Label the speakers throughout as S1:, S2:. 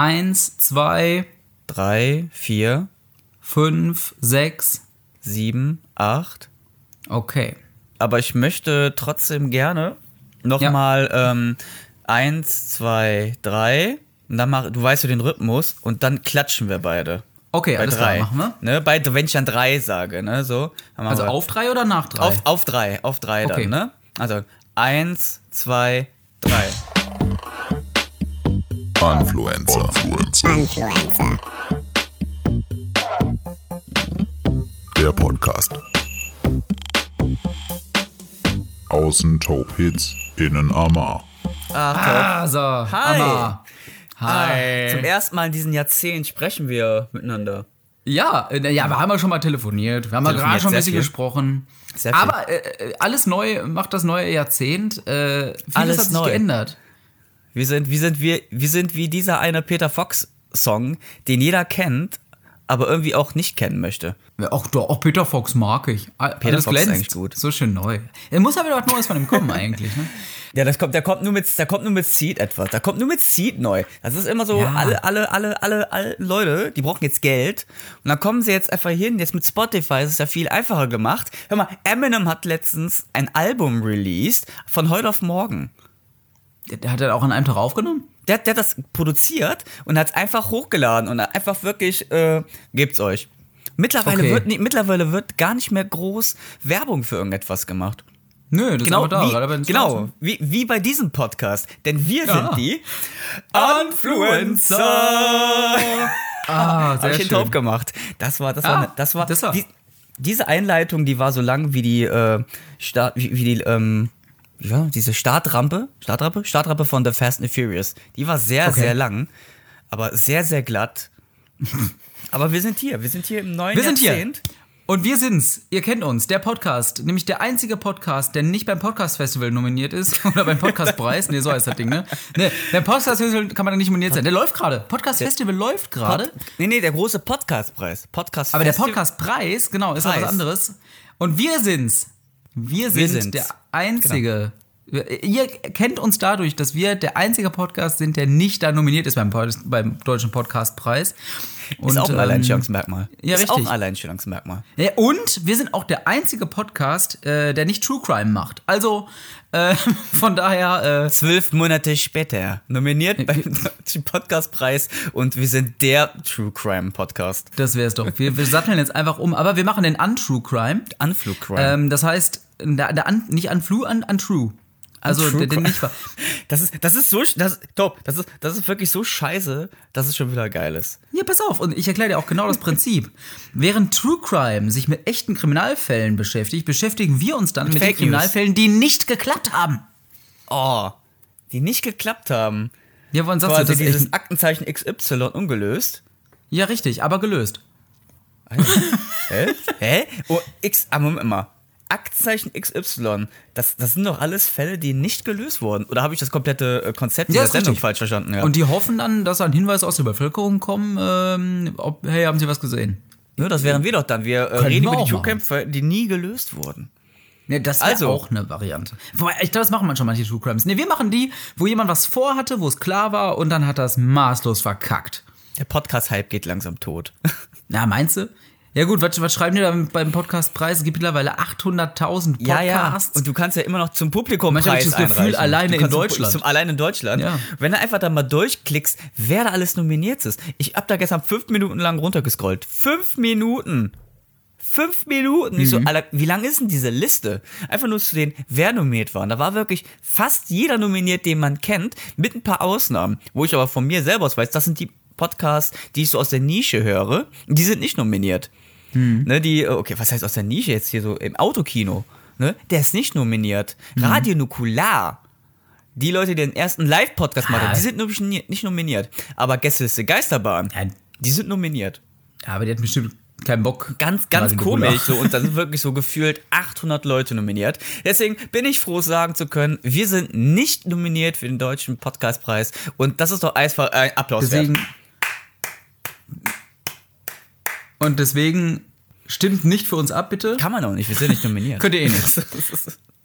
S1: Eins, zwei,
S2: drei, vier,
S1: fünf, sechs.
S2: sieben, acht.
S1: Okay.
S2: Aber ich möchte trotzdem gerne
S1: Ja.
S2: nochmal ähm, eins, zwei, drei. Und dann mach, du weißt du den Rhythmus und dann klatschen wir beide.
S1: Okay,
S2: Bei
S1: alles
S2: drei.
S1: klar, machen wir.
S2: Ne, bei, wenn ich dann drei sage, ne, so. dann machen
S1: Also
S2: wir-
S1: auf drei oder nach drei?
S2: auf, auf drei, auf drei
S1: Okay.
S2: dann, ne? Also eins, zwei, drei.
S3: Influencer. Der Podcast. Außen Taupe Hits, innen Amar.
S1: Ah, so. Hi. Anna. Hi.
S2: Zum ersten Mal in diesem Jahrzehnt sprechen wir miteinander.
S1: Ja, äh, ja, wir haben ja schon mal telefoniert. Wir haben ja gerade
S2: Telefoniert
S1: schon ein
S2: sehr
S1: bisschen
S2: viel.
S1: gesprochen.
S2: Sehr viel.
S1: Aber äh, äh, alles neu macht das neue Jahrzehnt. Äh, vieles
S2: Alles
S1: hat sich
S2: neu.
S1: geändert.
S2: Wir sind, wir sind, wir, wir sind wie dieser eine Peter Fox Song, den jeder kennt, aber irgendwie auch nicht kennen möchte.
S1: Ach doch, auch Peter Fox mag ich. Peter alles
S2: Fox ist
S1: glänzt.
S2: eigentlich gut.
S1: So schön neu. Er muss aber was Neues von ihm kommen eigentlich. Ne?
S2: Ja, das kommt, der kommt nur mit, der kommt nur mit Seed etwas. Da kommt nur mit Seed neu. Das ist immer so,
S1: Ja.
S2: alle, alle, alle, alle, alle Leute, die brauchen jetzt Geld. Und dann kommen sie jetzt einfach hin. Jetzt mit Spotify ist es ja viel einfacher gemacht. Hör mal, Eminem hat letztens ein Album released von heute auf morgen.
S1: Der, der hat er auch an einem Tag aufgenommen?
S2: Der, hat- der hat das produziert und hat es einfach hochgeladen und hat einfach wirklich, äh, gebt's euch. Mittlerweile,
S1: Okay.
S2: wird, nie- mittlerweile wird gar nicht mehr groß Werbung für irgendetwas gemacht.
S1: Nö, das
S2: Genau,
S1: ist aber da. gerade bei
S2: wie,
S1: den
S2: genau
S1: Schwarzen.
S2: wie, wie bei diesem Podcast. Denn wir
S1: Ja.
S2: sind die Influencer.
S1: Ah, sehr
S2: Habe ich
S1: schön.
S2: den Taub gemacht. Das war, das war,
S1: Ah,
S2: eine- das war,
S1: das war-
S2: Die, diese Einleitung, die war so lang wie die, äh, Sta- wie, wie die, ähm, ja, diese Startrampe, Startrampe, Startrampe von The Fast and Furious. Die war sehr,
S1: Okay.
S2: sehr lang, aber sehr, sehr glatt. aber wir sind hier, wir sind hier im neuen
S1: Wir sind hier.
S2: Jahrzehnt.
S1: Und wir sind's. Ihr kennt uns. Der Podcast. Nämlich der einzige Podcast, der nicht beim Podcast-Festival nominiert ist. Oder beim Podcastpreis. Nee, so heißt das Ding, ne? Nee, beim Podcast-Festival kann man da nicht nominiert sein. Der läuft gerade. Podcast-Festival läuft gerade.
S2: Pod, nee, nee, der große Podcastpreis. Podcast
S1: Aber der Podcastpreis, genau, ist
S2: Preis.
S1: was anderes. Und wir sind's. Wir sind
S2: sind's. Genau.
S1: der einzige. Ihr kennt uns dadurch, dass wir der einzige Podcast sind, der nicht da nominiert ist beim, Pod- beim Deutschen Podcastpreis. Und,
S2: Ist auch ein
S1: ähm,
S2: Alleinstellungsmerkmal.
S1: ja,
S2: ist auch ein
S1: richtig.
S2: Alleinstellungsmerkmal.
S1: ja, und wir sind auch der einzige Podcast, äh, der nicht True Crime macht. Also äh, von daher, äh,
S2: Zwölf Monate später, nominiert beim Deutschen Podcastpreis und wir sind der True Crime Podcast.
S1: äh, das wäre es doch. Wir, wir satteln jetzt einfach um, aber wir machen den Untrue Crime.
S2: Unflug Crime.
S1: Ähm, das heißt, der, der un, nicht Unflu, un, Untrue. Also der,
S2: True
S1: der
S2: Crime.
S1: nicht war.
S2: Das ist, das ist so, sch- das, top, das ist, das ist wirklich so scheiße, dass es schon wieder geil ist.
S1: Ja, pass auf, und ich erkläre dir auch genau das Prinzip. Während True Crime sich mit echten Kriminalfällen beschäftigt, beschäftigen wir uns dann mit, den
S2: Fake News.
S1: Kriminalfällen, die nicht geklappt haben.
S2: Oh, die nicht geklappt haben.
S1: Ja, wann sagst
S2: Quasi
S1: du das?
S2: dieses Aktenzeichen XY ungelöst.
S1: ja, richtig, aber gelöst.
S2: Hä? Hä? Oh, X, ah, Moment mal. Aktenzeichen XY, das, das sind doch alles Fälle, die nicht gelöst wurden. Oder habe ich das komplette äh, Konzept
S1: Ja,
S2: dieser
S1: ist
S2: Sendung
S1: richtig.
S2: falsch verstanden? Ja.
S1: Und die hoffen dann, dass dann Hinweise aus der Bevölkerung kommen, ähm, ob, hey, haben Sie was gesehen?
S2: Ja, Ne, das wären wir doch dann. Wir äh, reden
S1: wir
S2: über
S1: auch
S2: die
S1: machen.
S2: True-Kämpfe, die nie gelöst wurden.
S1: Ne, das wäre
S2: Also.
S1: auch eine Variante. Wobei, ich glaube, das machen manchmal manche True Crimes. Ne, wir machen die, wo jemand was vorhatte, wo es klar war und dann hat das maßlos verkackt.
S2: Der Podcast-Hype geht langsam tot.
S1: Na, meinst du? Ja gut, was, was schreiben die da beim Podcastpreis? Es gibt mittlerweile 800.000 Podcasts.
S2: Und du kannst ja immer noch zum Publikum
S1: Manchmal hab ich
S2: Preis
S1: das Gefühl,
S2: einreichen.
S1: alleine
S2: Du
S1: in
S2: kannst zum-
S1: Deutschland.
S2: Zum, allein in Deutschland.
S1: Ja.
S2: Wenn du einfach da mal durchklickst, wer da alles nominiert ist. Ich hab da gestern fünf Minuten lang runtergescrollt. Fünf Minuten. Fünf Minuten. Ich
S1: Mhm.
S2: so, Alter, wie lang ist denn diese Liste? Einfach nur zu sehen, wer nominiert war. Und da war wirklich fast jeder nominiert, den man kennt, mit ein paar Ausnahmen. Wo ich aber von mir selber aus weiß, das sind die Podcasts, die ich so aus der Nische höre. Die sind nicht nominiert.
S1: Mhm.
S2: Ne, die, äh, okay, was heißt aus der Nische jetzt hier so im Autokino? Ne? Der ist nicht nominiert.
S1: Mhm.
S2: Radio Nukular. Die Leute, die den ersten Live-Podcast machen,
S1: Ah.
S2: die sind nomini- nicht nominiert. Aber Gästeliste Geisterbahn,
S1: Ja.
S2: die sind nominiert.
S1: Ja, aber die hat bestimmt keinen Bock.
S2: Ganz, ganz
S1: Radio Nukular.
S2: komisch. So, und da sind wirklich so gefühlt 800 Leute nominiert. Deswegen bin ich froh, sagen zu können, wir sind nicht nominiert für den deutschen Podcastpreis. Und das ist doch einfach ein Applaus
S1: Deswegen.
S2: wert.
S1: Und deswegen stimmt nicht für uns ab, bitte.
S2: Kann man doch nicht, wir sind nicht nominiert.
S1: Könnt ihr eh nichts.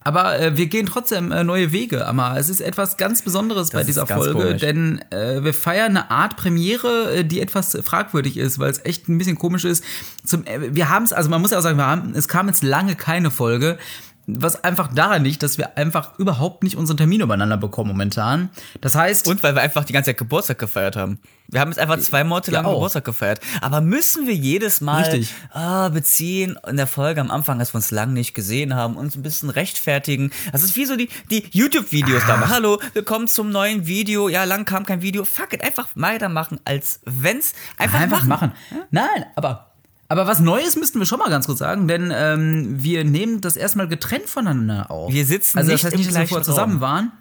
S1: Aber äh, wir gehen trotzdem äh, neue Wege, Amma. Es ist etwas ganz Besonderes bei
S2: ist
S1: dieser
S2: ganz
S1: Folge,
S2: komisch.
S1: denn äh, wir feiern eine Art Premiere, äh, die etwas fragwürdig ist, weil es echt ein bisschen komisch ist. Zum, äh, wir haben es, also man muss ja auch sagen, wir haben, es kam jetzt lange keine Folge. Was einfach daran liegt, dass wir einfach überhaupt nicht unseren Termin übereinander bekommen momentan. Das heißt,
S2: Und weil wir einfach die ganze Zeit Geburtstag gefeiert haben. Wir haben jetzt einfach zwei Monate lang
S1: Ja, auch.
S2: Geburtstag gefeiert. Aber müssen wir jedes Mal
S1: Richtig.
S2: ah, beziehen in der Folge am Anfang, dass wir uns lang nicht gesehen haben, uns ein bisschen rechtfertigen. Das ist wie so die, die YouTube-Videos damals. Hallo, willkommen zum neuen Video. Ja, lang kam kein Video. Fuck it, einfach weitermachen, als wenn's einfach,
S1: Einfach
S2: machen.
S1: machen. Nein, aber. Aber was Neues müssten wir schon mal ganz kurz sagen, denn ähm, wir nehmen das erstmal getrennt voneinander auf.
S2: Wir sitzen
S1: also das
S2: nicht
S1: heißt
S2: im
S1: nicht, dass wir
S2: gleichen
S1: vorher zusammen waren.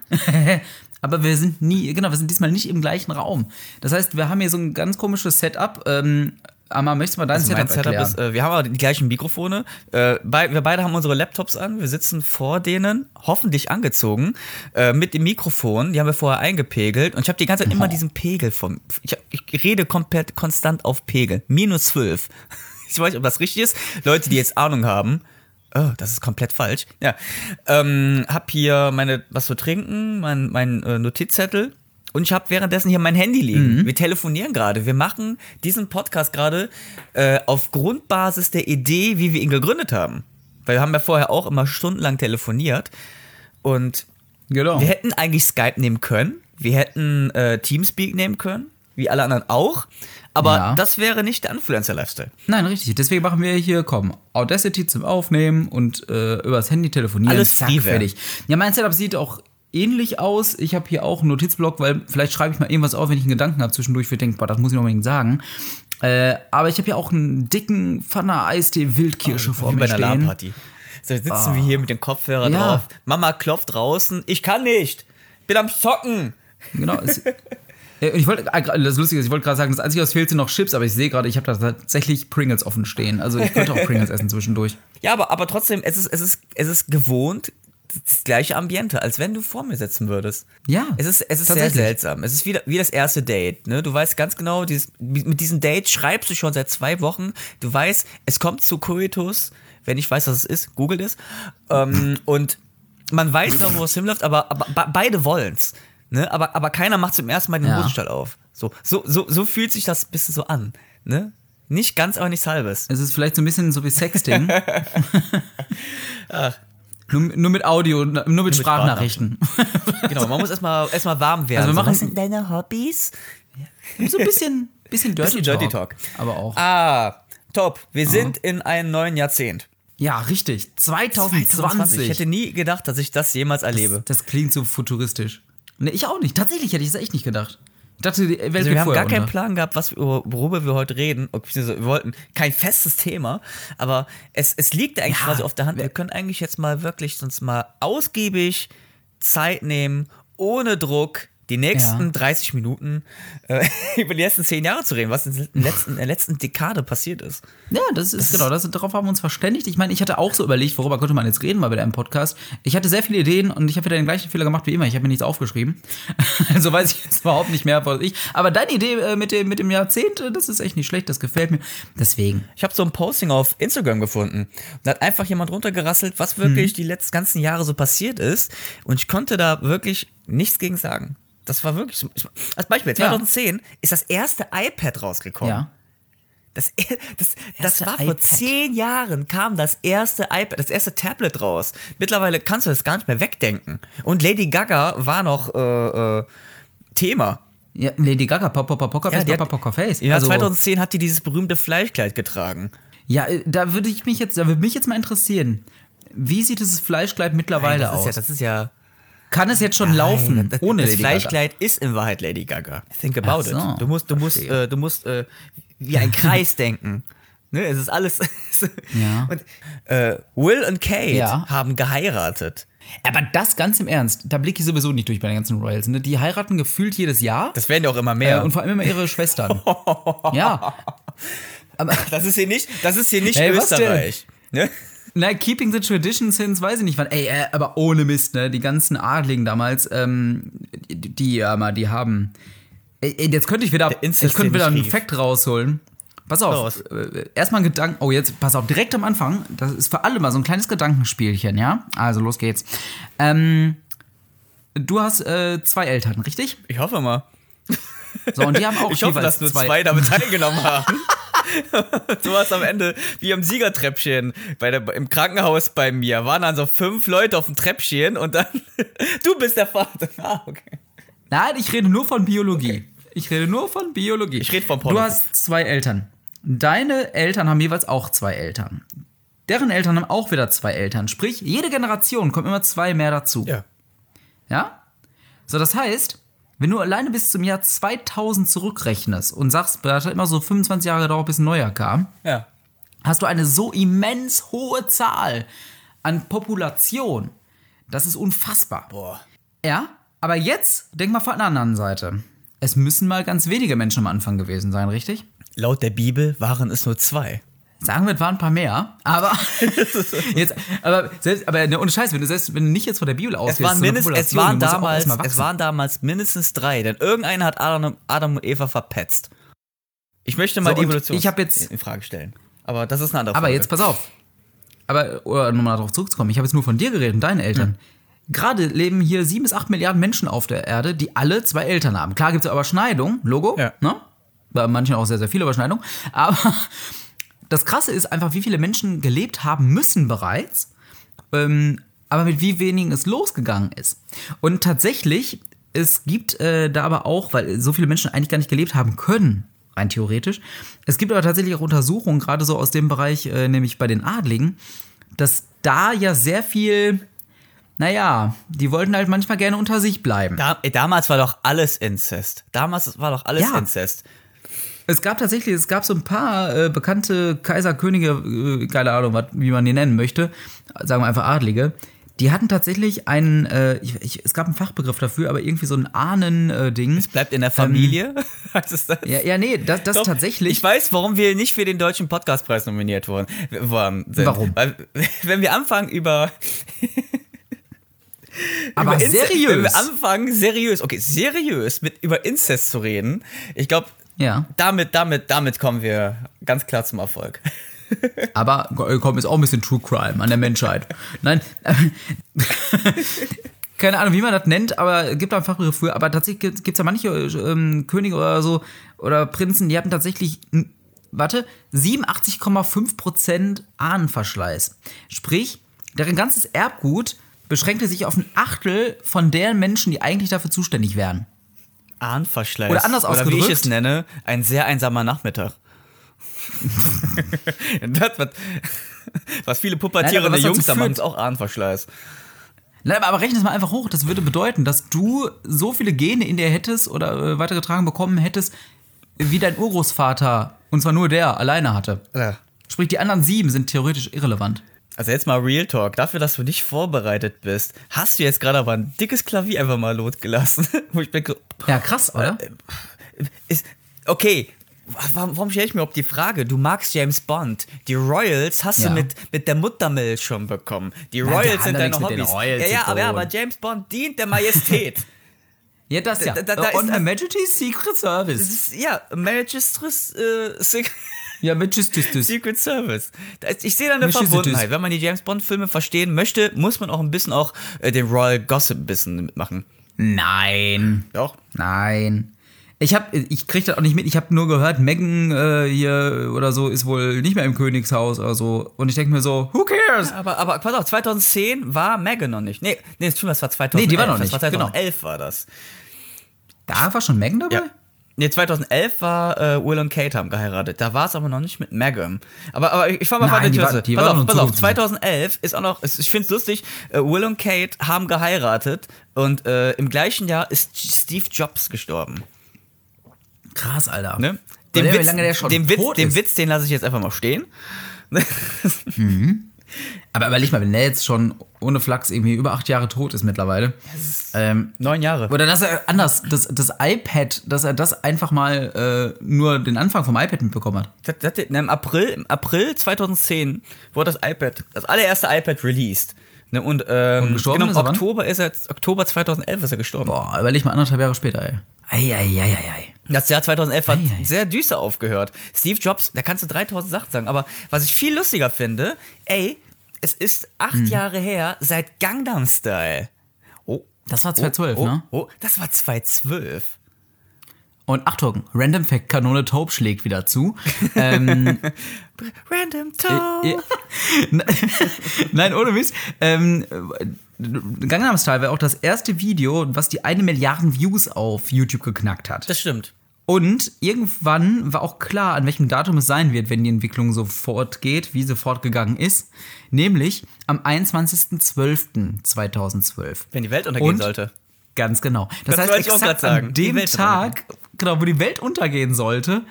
S1: aber wir sind nie, genau, wir sind diesmal nicht im gleichen Raum. Das heißt, wir haben hier so ein ganz komisches Setup. Ähm, Amma, möchtest du mal dein
S2: Also
S1: Setup
S2: mein Setup
S1: erklären?
S2: ist, äh, wir haben aber die gleichen Mikrofone. Äh, bei, wir beide haben unsere Laptops an. Wir sitzen vor denen, hoffentlich angezogen, äh, mit dem Mikrofon. Die haben wir vorher eingepegelt. Und ich habe die ganze Zeit immer diesen Pegel vom. Ich, hab, ich rede komplett konstant auf Pegel. Minus 12. Ich weiß nicht, ob das richtig ist. Leute, die jetzt Ahnung haben. Oh, das ist komplett falsch. Ja. Ähm, hab hier meine, was zu trinken, mein, mein äh, Notizzettel. Und ich habe währenddessen hier mein Handy liegen. Wir telefonieren gerade. Wir machen diesen Podcast gerade äh, auf Grundbasis der Idee, wie wir ihn gegründet haben. Weil wir haben ja vorher auch immer stundenlang telefoniert. Und
S1: genau.
S2: wir hätten eigentlich Skype nehmen können. Wir hätten äh, Teamspeak nehmen können. Wie alle anderen auch. Aber
S1: Ja.
S2: das wäre nicht der Influencer-Lifestyle.
S1: Nein, richtig. Deswegen machen wir hier, komm, Audacity zum Aufnehmen und äh, übers Handy telefonieren.
S2: Alles Freeware.
S1: fertig. Ja, mein Setup sieht auch ähnlich aus. Ich habe hier auch einen Notizblock, weil vielleicht schreibe ich mal irgendwas auf, wenn ich einen Gedanken habe zwischendurch, für denke, boah, das muss ich noch unbedingt sagen. Äh, aber ich habe hier auch einen dicken Pfanner Eistee Wildkirsche vor
S2: Oh, Wie bei
S1: mir stehen.
S2: einer
S1: Ah.
S2: LAN-Party. So, jetzt sitzen wir hier mit den Kopfhörern
S1: Ja.
S2: drauf. Mama klopft draußen. Ich kann nicht. Bin am Zocken.
S1: Genau. Es, Äh, ich wollte, ah, gra- das Lustige ist, ich wollte gerade sagen, das Einzige, was fehlt, sind noch Chips, aber ich sehe gerade, ich habe da tatsächlich Pringles offen stehen. Also ich könnte auch Pringles essen zwischendurch.
S2: Ja, aber, aber trotzdem, es ist, es, ist, es ist gewohnt, das gleiche Ambiente, als wenn du vor mir sitzen würdest.
S1: Ja,
S2: Es ist, es ist sehr
S1: tatsächlich.
S2: seltsam. Es ist wie, wie das erste Date. Ne? Du weißt ganz genau, dieses, mit diesem Date schreibst du schon seit zwei Wochen. Du weißt, es kommt zu Coitus. Wenn ich weiß, was es ist, googelt es. Ähm, und man weiß noch, wo es hinläuft, aber, aber be- beide wollen's. Ne? Aber, aber keiner macht zum ersten Mal den
S1: Ja.
S2: Hosenstall auf. So, so, so, so fühlt sich das ein bisschen so an. Ne? Nicht ganz, aber nichts halbes.
S1: Es ist vielleicht so ein bisschen so wie Sexting. Nur, nur mit Audio, nur mit, Sprachnachrichten.
S2: Genau, man muss erstmal erstmal warm werden.
S1: Also
S2: ne?
S1: wir
S2: So,
S1: machen-
S2: was sind deine Hobbys?
S1: so ein bisschen, bisschen Dirty,
S2: Bisschen Dirty
S1: Talk.
S2: Talk.
S1: Aber auch.
S2: Ah, top. Wir sind in einem neuen Jahrzehnt.
S1: Ja, richtig. 2020.
S2: Ich hätte nie gedacht, dass ich das jemals erlebe.
S1: das klingt so futuristisch. Ne, ich auch nicht. Tatsächlich hätte ich das echt nicht gedacht. Ich dachte, die Welt
S2: Also
S1: geht
S2: wir haben
S1: vorher ne?
S2: gar keinen
S1: unter.
S2: Plan gehabt, was, wir- worüber wir heute reden. Okay, beziehungsweise Wir wollten kein festes Thema, aber es, es liegt eigentlich
S1: Ja,
S2: quasi auf der Hand. Wir können eigentlich jetzt mal wirklich uns mal ausgiebig Zeit nehmen, ohne Druck, die nächsten
S1: Ja.
S2: 30 Minuten äh, über die letzten 10 Jahre zu reden, was in der letzten, in der letzten Dekade passiert ist.
S1: Ja, das ist genau, das, darauf haben wir uns verständigt. Ich meine, ich hatte auch so überlegt, worüber könnte man jetzt reden, mal wieder im Podcast. Ich hatte sehr viele Ideen und ich habe wieder den gleichen Fehler gemacht wie immer. Ich habe mir nichts aufgeschrieben. Also weiß ich jetzt überhaupt nicht mehr, was ich. Aber deine Idee äh, mit dem, mit dem Jahrzehnt, äh, das ist echt nicht schlecht, das gefällt mir. Deswegen.
S2: Ich habe so ein Posting auf Instagram gefunden. Da hat einfach jemand runtergerasselt, was
S1: Hm.
S2: wirklich die letzten ganzen Jahre so passiert ist. Und ich konnte da wirklich nichts gegen sagen. Das war wirklich so. Ich, als Beispiel,
S1: Ja.
S2: 2010 ist das erste iPad rausgekommen.
S1: Ja.
S2: Das, e, das, das
S1: Erste
S2: war vor
S1: iPad.
S2: zehn Jahren kam das erste iPad, das erste Tablet raus. Mittlerweile kannst du das gar nicht mehr wegdenken. Und Lady Gaga war noch äh, äh, Thema.
S1: ja Lady Gaga, Pop, Pop, Pop, Pokerface,
S2: die
S1: Pop,
S2: hat-
S1: Pop, Pokerface.
S2: Ja,
S1: Also-
S2: 2010 hat die dieses berühmte Fleischkleid getragen.
S1: Ja, äh, da würde ich mich jetzt, da würde mich jetzt mal interessieren. Wie sieht dieses Fleischkleid mittlerweile
S2: das
S1: aus?
S2: Ist ja, das ist ja
S1: Kann es jetzt schon laufen
S2: Nein, das,
S1: ohne
S2: das
S1: Lady Gaga?
S2: Fleischkleid ist in Wahrheit Lady Gaga. Think
S1: Ach
S2: about
S1: so,
S2: it. Du musst, du musst,
S1: verstehe.
S2: äh, du musst äh, wie ein Kreis denken. Ne, es ist alles.
S1: Ja.
S2: Und äh, Will und Kate
S1: Ja.
S2: haben geheiratet.
S1: Aber das ganz im Ernst, da blicke ich sowieso nicht durch bei den ganzen Royals. Ne? Die heiraten gefühlt jedes Jahr.
S2: Das werden ja auch immer
S1: Äh,
S2: mehr.
S1: und vor allem immer ihre Schwestern. ja. Aber,
S2: das ist hier nicht, das ist hier nicht
S1: Hey, was denn?
S2: Österreich. Ne?
S1: na, keeping the traditions since, weiß ich nicht wann. Ey, äh, aber ohne Mist, ne? Die ganzen Adligen damals, ähm, die, die, ja, mal, die haben. Ey, ey, jetzt könnte ich wieder,
S2: Inzest,
S1: ich könnte
S2: den
S1: wieder
S2: ich
S1: einen
S2: rief.
S1: Fact rausholen. Pass auf,
S2: Raus.
S1: äh, erstmal ein Gedanken. Oh, jetzt, pass auf, direkt am Anfang. Das ist für alle mal so ein kleines Gedankenspielchen, ja? Also los geht's. Ähm, du hast äh, zwei Eltern, richtig?
S2: Ich hoffe mal.
S1: So, und die haben auch
S2: Ich hoffe,
S1: jeweils
S2: dass nur zwei, damit teilgenommen haben. so war es am Ende wie am Siegertreppchen. Bei der, Im Krankenhaus bei mir waren dann so fünf Leute auf dem Treppchen und dann, du bist der Vater. Ah, okay.
S1: Nein, ich rede nur von Biologie. Ich rede nur von Biologie. Ich
S2: rede von
S1: Du
S2: Politik.
S1: hast zwei Eltern. Deine Eltern haben jeweils auch zwei Eltern. Deren Eltern haben auch wieder zwei Eltern. Sprich, jede Generation kommt immer zwei mehr dazu.
S2: Ja.
S1: Ja? So, das heißt, wenn du alleine bis zum Jahr 2000 zurückrechnest und sagst, das hat immer so 25 Jahre gedauert, bis ein neuer kam,
S2: Ja.
S1: hast du eine so immens hohe Zahl an Population. Das ist unfassbar.
S2: Boah.
S1: Ja, aber jetzt denk mal von der anderen Seite. Es müssen mal ganz wenige Menschen am Anfang gewesen sein, richtig?
S2: Laut der Bibel waren es nur zwei.
S1: Sagen wir, es waren ein paar mehr, aber jetzt, aber selbst, aber ne, ohne Scheiß, wenn du selbst, wenn du nicht jetzt von der Bibel ausgehst,
S2: Es waren,
S1: sondern
S2: mindest, es,
S1: Population,
S2: waren
S1: die muss ja auch
S2: damals,
S1: erstmal
S2: es
S1: wachsen.
S2: waren damals mindestens drei, denn irgendeiner hat Adam, Adam und Eva verpetzt. Ich möchte mal
S1: So,
S2: die
S1: und
S2: Evolution
S1: ich hab jetzt-
S2: in Frage stellen. Aber das ist eine andere Frage.
S1: Aber jetzt pass auf. Aber oder, um mal darauf zurückzukommen, ich habe jetzt nur von dir geredet und deinen Eltern. Gerade leben hier sieben bis acht Milliarden Menschen auf der Erde, die alle zwei Eltern haben. Klar gibt es Überschneidung, Logo,
S2: Ja.
S1: ne? Bei manchen auch sehr, sehr viele Überschneidungen. Aber das Krasse ist einfach, wie viele Menschen gelebt haben müssen bereits, ähm, aber mit wie wenigen es losgegangen ist. Und tatsächlich, es gibt äh, da aber auch, weil so viele Menschen eigentlich gar nicht gelebt haben können, rein theoretisch. Es gibt aber tatsächlich auch Untersuchungen, gerade so aus dem Bereich, äh, nämlich bei den Adligen, dass da ja sehr viel, naja, die wollten halt manchmal gerne unter sich bleiben.
S2: Da, äh, damals war doch alles Inzest. Damals war doch alles
S1: Ja.
S2: Inzest.
S1: Es gab tatsächlich, es gab so ein paar äh, bekannte Kaiser, Könige, äh, keine Ahnung, was- wie man die nennen möchte, sagen wir einfach Adlige, die hatten tatsächlich einen, äh, ich, ich, es gab einen Fachbegriff dafür, aber irgendwie so ein Ahnen-Ding.
S2: Bleibt in der Familie. heißt es das?
S1: Ähm, ja, ja, nee, das, das
S2: Doch,
S1: tatsächlich.
S2: Ich weiß, warum wir nicht für den deutschen Podcastpreis nominiert wurden. w- worden Sind.
S1: Warum?
S2: Weil, wenn wir anfangen über
S1: aber
S2: über Inzest- Wenn
S1: seriös.
S2: wir anfangen, seriös, okay, seriös mit über Inzest zu reden, ich glaube,
S1: Ja,
S2: damit, damit, damit kommen wir ganz klar zum Erfolg.
S1: aber äh, komm, ist auch ein bisschen True Crime an der Menschheit. Nein, äh, keine Ahnung, wie man das nennt, aber es gibt da einen Fachbegriff für. Aber tatsächlich gibt es ja manche äh, ähm, Könige oder so oder Prinzen, die hatten tatsächlich, n- warte, 87,5% Ahnenverschleiß. Sprich, deren ganzes Erbgut beschränkte sich auf ein Achtel von der Menschen, die eigentlich dafür zuständig wären.
S2: Ahnverschleiß.
S1: Oder anders
S2: Oder wie ich
S1: ausgedrückt-
S2: es nenne, ein sehr einsamer Nachmittag. das, was, was viele
S1: Nein, aber
S2: pubertierende
S1: was dazu
S2: Jungs da machen,
S1: führt-
S2: ist auch Ahnverschleiß.
S1: Nein, aber rechne es mal einfach hoch. Das würde bedeuten, dass du so viele Gene in dir hättest oder äh, weitergetragen bekommen hättest, wie dein Urgroßvater, und zwar nur der, alleine hatte. Sprich, die anderen sieben sind theoretisch irrelevant.
S2: Also jetzt mal Real Talk. Dafür, dass du nicht vorbereitet bist, hast du jetzt gerade aber ein dickes Klavier einfach mal losgelassen. Wo ich bin,
S1: Ja, krass, oder?
S2: Äh, ist, okay, warum, warum stelle ich mir überhaupt die Frage? Du magst James Bond. Die Royals hast
S1: Ja.
S2: du mit, mit der Muttermilch schon bekommen. Die
S1: die
S2: Royals
S1: haben
S2: sind
S1: doch
S2: deine
S1: nichts mit den
S2: Hobbys.
S1: Royals
S2: ja,
S1: zu
S2: ja, aber, ja,
S1: tun.
S2: aber James Bond dient der Majestät.
S1: Ja, das ja.
S2: Da- da- da ist
S1: On
S2: das-
S1: a Majesty's Secret Service.
S2: das ist, ja, Majesty's äh, Sec-
S1: Ja, Majesty's.
S2: Secret Service. Da ist- Ich sehe da eine
S1: Mich ist es
S2: Verbundenheit.
S1: süß.
S2: Wenn man die James Bond Filme verstehen möchte, muss man auch ein bisschen auch äh, den Royal Gossip ein bisschen mitmachen.
S1: Nein.
S2: Doch.
S1: Nein. Ich hab, ich krieg das auch nicht mit. Ich habe nur gehört, Megan äh, hier oder so ist wohl nicht mehr im Königshaus oder so. Und ich denke mir so, who cares?
S2: Aber, aber pass auf, 2010 war Megan noch nicht. Nee, nee, das das war 2011.
S1: Nee, die war noch
S2: Das war
S1: nicht, genau.
S2: 2011 war das.
S1: Da war schon Megan dabei?
S2: Ja. Nee, 2011 war äh, Will und Kate haben geheiratet. Da war es aber noch nicht mit Megan. Aber, aber ich fahr mal
S1: Nein,
S2: weiter
S1: die war- die
S2: pass
S1: war
S2: auf,
S1: noch
S2: pass auf.
S1: zusammen.
S2: 2011 ist auch noch, es- ich find's lustig, äh, Will und Kate haben geheiratet und äh, im gleichen Jahr ist Steve Jobs gestorben.
S1: Krass, Alter.
S2: Ne?
S1: Überleg mal, wie lange der schon
S2: den Witz,
S1: tot
S2: den
S1: ist.
S2: Witz, den lasse ich jetzt einfach mal stehen.
S1: Aber überleg mal, wenn der jetzt schon ohne Flachs irgendwie über acht Jahre tot ist mittlerweile. Ähm,
S2: Neun Jahre.
S1: oder dass er anders, dass das iPad, dass er das einfach mal äh, nur den Anfang vom iPad mitbekommen hat.
S2: Das, das, ne, im, April, Im April 2010 wurde das iPad, das allererste iPad released. Ne, und ähm,
S1: Und gestorben
S2: genau,
S1: ist er wann?
S2: Oktober ist er, Oktober 2011 ist er gestorben.
S1: Boah, überleg mal anderthalb Jahre später, ey. Eieieiei.
S2: Das Jahr 2011 hat
S1: Ei, ei.
S2: sehr düster aufgehört. Steve Jobs, da kannst du 3000 Sachen sagen. Aber was ich viel lustiger finde, ey, es ist acht Jahre her seit Gangnam Style. Oh.
S1: Das war 2012,
S2: oh,
S1: ne?
S2: Oh, oh, das war 2012.
S1: Und Achtung, Random Fact, Kanone Taupe schlägt wieder zu. ähm,
S2: Random Talk.
S1: ja. Nein, ohne Mist. Ähm, Gangnam Style war auch das erste Video, was die eine Milliarden Views auf YouTube geknackt hat.
S2: Das stimmt.
S1: Und irgendwann war auch klar, an welchem Datum es sein wird, wenn die Entwicklung so fortgeht, wie sie fortgegangen ist. Nämlich am 21.12.2012.
S2: Wenn die Welt untergehen
S1: Und-
S2: sollte.
S1: Ganz genau. Das,
S2: Das
S1: heißt,
S2: wollte ich auch
S1: exakt
S2: grad sagen.
S1: an
S2: Die
S1: dem
S2: Welt
S1: Tag, genau, wo die Welt untergehen sollte,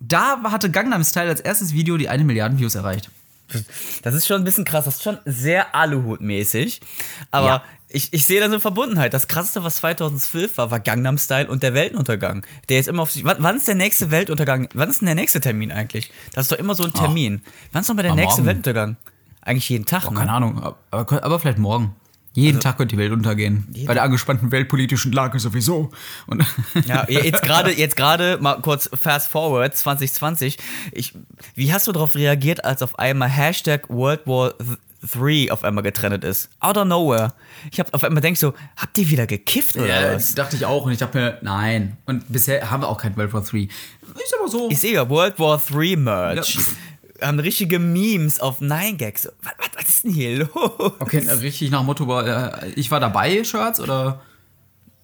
S1: da hatte Gangnam Style als erstes Video die eine Milliarde Views erreicht.
S2: Das ist schon ein bisschen krass. Das ist schon sehr Aluhut-mäßig. Aber
S1: Ja.
S2: ich, ich sehe da so eine Verbundenheit. Das krasseste, was 2012 war, war Gangnam Style und der Weltuntergang. Der ist immer auf sich. Wann, wann ist der nächste Weltuntergang? Wann ist denn der nächste Termin eigentlich? Das ist doch immer so ein Termin. Wann ist noch mal der
S1: Am Oh.
S2: nächste
S1: Morgen.
S2: Weltuntergang? Eigentlich jeden Tag.
S1: Keine
S2: Ne?
S1: Ahnung, aber- aber, aber vielleicht morgen. Jeden
S2: Also
S1: Tag könnte die Welt untergehen. Bei der angespannten weltpolitischen Lage sowieso. Und
S2: Ja, jetzt gerade, jetzt gerade mal kurz fast forward 2020. Ich, wie hast du darauf reagiert, als auf einmal Hashtag World War 3 auf einmal getrennt ist? Out of nowhere. Ich hab auf einmal denk so, habt ihr wieder gekifft oder
S1: Ja,
S2: was?
S1: dachte ich auch. Und ich dachte mir, nein. Und bisher haben wir auch kein World War 3. Ist aber so.
S2: Ich sehe ja World War 3 Merch.
S1: Ja.
S2: Haben richtige Memes auf Nine Gags. Was, was, was ist denn hier los?
S1: okay, richtig nach Motto, äh, ich war dabei, Shirts, oder?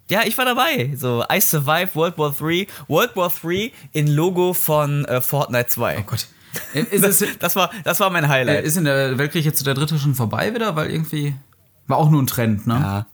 S2: Ja, ich war dabei. So, I survived World War 3. World War 3 in Logo von äh, Fortnite 2.
S1: Oh Gott. Äh, Ist,
S2: Das,
S1: es,
S2: das, war, das war mein Highlight.
S1: äh, ist in der Weltkrieg jetzt der dritte schon vorbei wieder? Weil irgendwie war auch nur ein Trend, ne?
S2: Ja. Ah.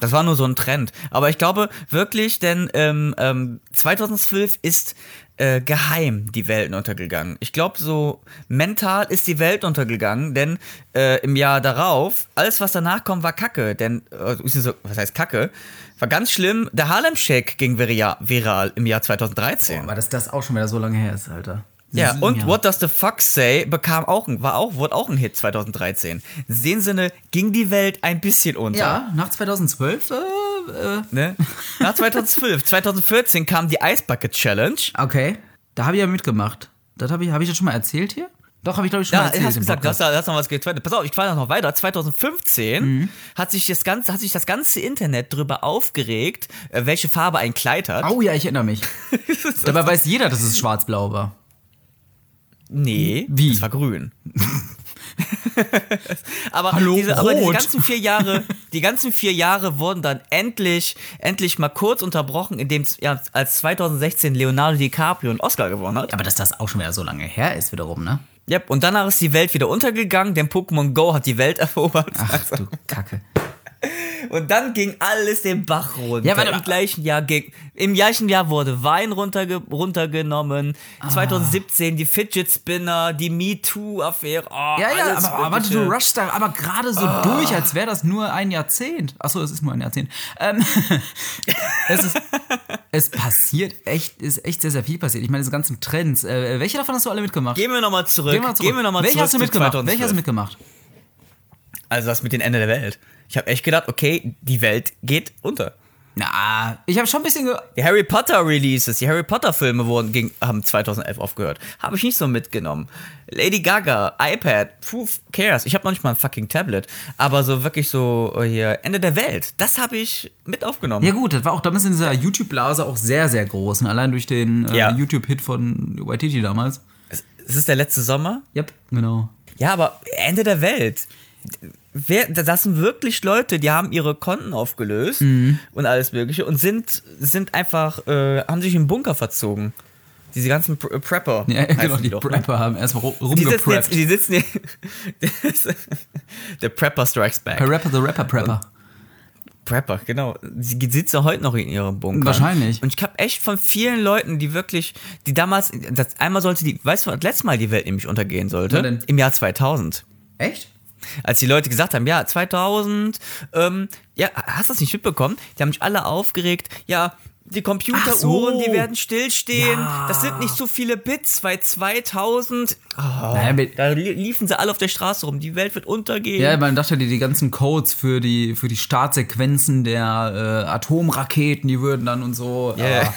S2: Das war nur so ein Trend. Aber ich glaube wirklich, denn ähm, ähm, 2012 ist äh, geheim die Welt untergegangen. Ich glaube, so mental ist die Welt untergegangen, denn äh, im Jahr darauf, alles was danach kommt, war Kacke. Denn, äh, beziehungsweise, was heißt Kacke? War ganz schlimm. Der Harlem Shake ging viria- viral im Jahr 2013.
S1: Aber dass das auch schon wieder so lange her ist, Alter.
S2: Ja,
S1: Sieben
S2: und
S1: Jahre.
S2: What Does the Fuck Say bekam auch, ein- war auch, wurde auch ein Hit 2013. In dem Sinne ging die Welt ein bisschen unter.
S1: Ja, nach 2012, äh, äh,
S2: Ne? Nach 2012, 2014 kam die Ice Bucket Challenge.
S1: okay. Da habe ich ja mitgemacht. Das habe ich, habe ich das schon mal erzählt hier? Doch, habe ich glaube ich schon mal
S2: Ja,
S1: erzählt.
S2: hast du
S1: im
S2: gesagt, du
S1: Podcast.
S2: hast, da- hast noch was getwittert. Pass auf, ich fahre noch weiter. 2015 hat, sich das ganze, hat sich das ganze Internet drüber aufgeregt, äh, welche Farbe ein Kleid hat.
S1: Oh ja, ich erinnere mich. Dabei weiß jeder, dass es schwarz-blau war.
S2: Nee,
S1: Wie?
S2: das war grün. aber,
S1: Hallo,
S2: diese, aber diese
S1: rot.
S2: ganzen vier Jahre, die ganzen vier Jahre wurden dann endlich, endlich mal kurz unterbrochen, indem ja, als 2016 Leonardo DiCaprio einen Oscar gewonnen hat.
S1: Aber dass das auch schon wieder so lange her ist wiederum, ne?
S2: Yep, und danach ist die Welt wieder untergegangen, denn Pokémon Go hat die Welt erobert.
S1: Ach du Kacke.
S2: Und dann ging alles den Bach runter.
S1: Ja, warte mal.
S2: Im gleichen Jahr ging, im gleichen Jahr wurde Wein runterge runtergenommen.
S1: Ah.
S2: 2017 die Fidget Spinner, die MeToo-Affäre. Oh,
S1: Ja, ja,
S2: alles
S1: aber, aber warte,
S2: Mögliche.
S1: du rushst da aber gerade so durch, als wäre das nur ein Jahrzehnt. Achso, es ist nur ein Jahrzehnt. Ähm, es, ist, es passiert echt, ist echt sehr, sehr viel passiert. Ich meine, diese ganzen Trends. Äh, welche davon hast du alle mitgemacht?
S2: Gehen wir nochmal zurück.
S1: Gehen wir zurück.
S2: Gehen wir noch mal
S1: Welche
S2: zurück
S1: hast du
S2: zu
S1: mitgemacht?
S2: 2012.
S1: Welche hast du mitgemacht?
S2: Also das mit dem Ende der Welt. Ich habe echt gedacht, okay, die Welt geht unter.
S1: Na, ich habe schon ein bisschen. Ge
S2: Die Harry Potter Releases, die Harry Potter Filme wurden ging, haben 2011 aufgehört. Habe ich nicht so mitgenommen. Lady Gaga, iPad, who cares? Ich habe noch nicht mal ein fucking Tablet, aber so wirklich so äh, hier Ende der Welt. Das habe ich mit aufgenommen.
S1: ja, gut, das war auch damals in dieser YouTube-Blase auch sehr, sehr groß. Und allein durch den äh,
S2: Ja.
S1: YouTube-Hit von Waititi damals.
S2: Es es ist der letzte Sommer.
S1: Yep, genau.
S2: Ja, aber Ende der Welt. Wer, da- das sind wirklich Leute, die haben ihre Konten aufgelöst
S1: Mhm.
S2: und alles Mögliche und sind, sind einfach, äh, haben sich im Bunker verzogen. Diese ganzen Pre Prepper.
S1: Ja,
S2: heißen
S1: genau, die
S2: doch, ne?
S1: Prepper haben erstmal ru-
S2: Die sitzen jetzt,
S1: rumgepreppt.
S2: die sitzen jetzt Der Prepper strikes back.
S1: Per Rapper, the Rapper, Prepper.
S2: Prepper, genau. Sie sitzen heute noch in ihrem Bunker.
S1: Wahrscheinlich.
S2: Und ich habe echt von vielen Leuten, die wirklich, die damals, das, einmal sollte die, weißt du, das letzte Mal die Welt nämlich untergehen sollte?
S1: Wann denn?
S2: Im Jahr 2000.
S1: Echt?
S2: Als die Leute gesagt haben, ja, 2000, ähm, ja, hast du das nicht mitbekommen? Die haben mich alle aufgeregt, ja, Die
S1: Ach so.
S2: Computeruhren, die werden stillstehen.
S1: Ja.
S2: Das sind nicht so viele Bits, weil 2000. Oh,
S1: Naja, wir-
S2: da li- liefen sie alle auf der Straße rum. Die Welt wird untergehen.
S1: Ja, man dachte, die, die ganzen Codes für die, für die Startsequenzen der äh, Atomraketen, die würden dann und so.
S2: Ja.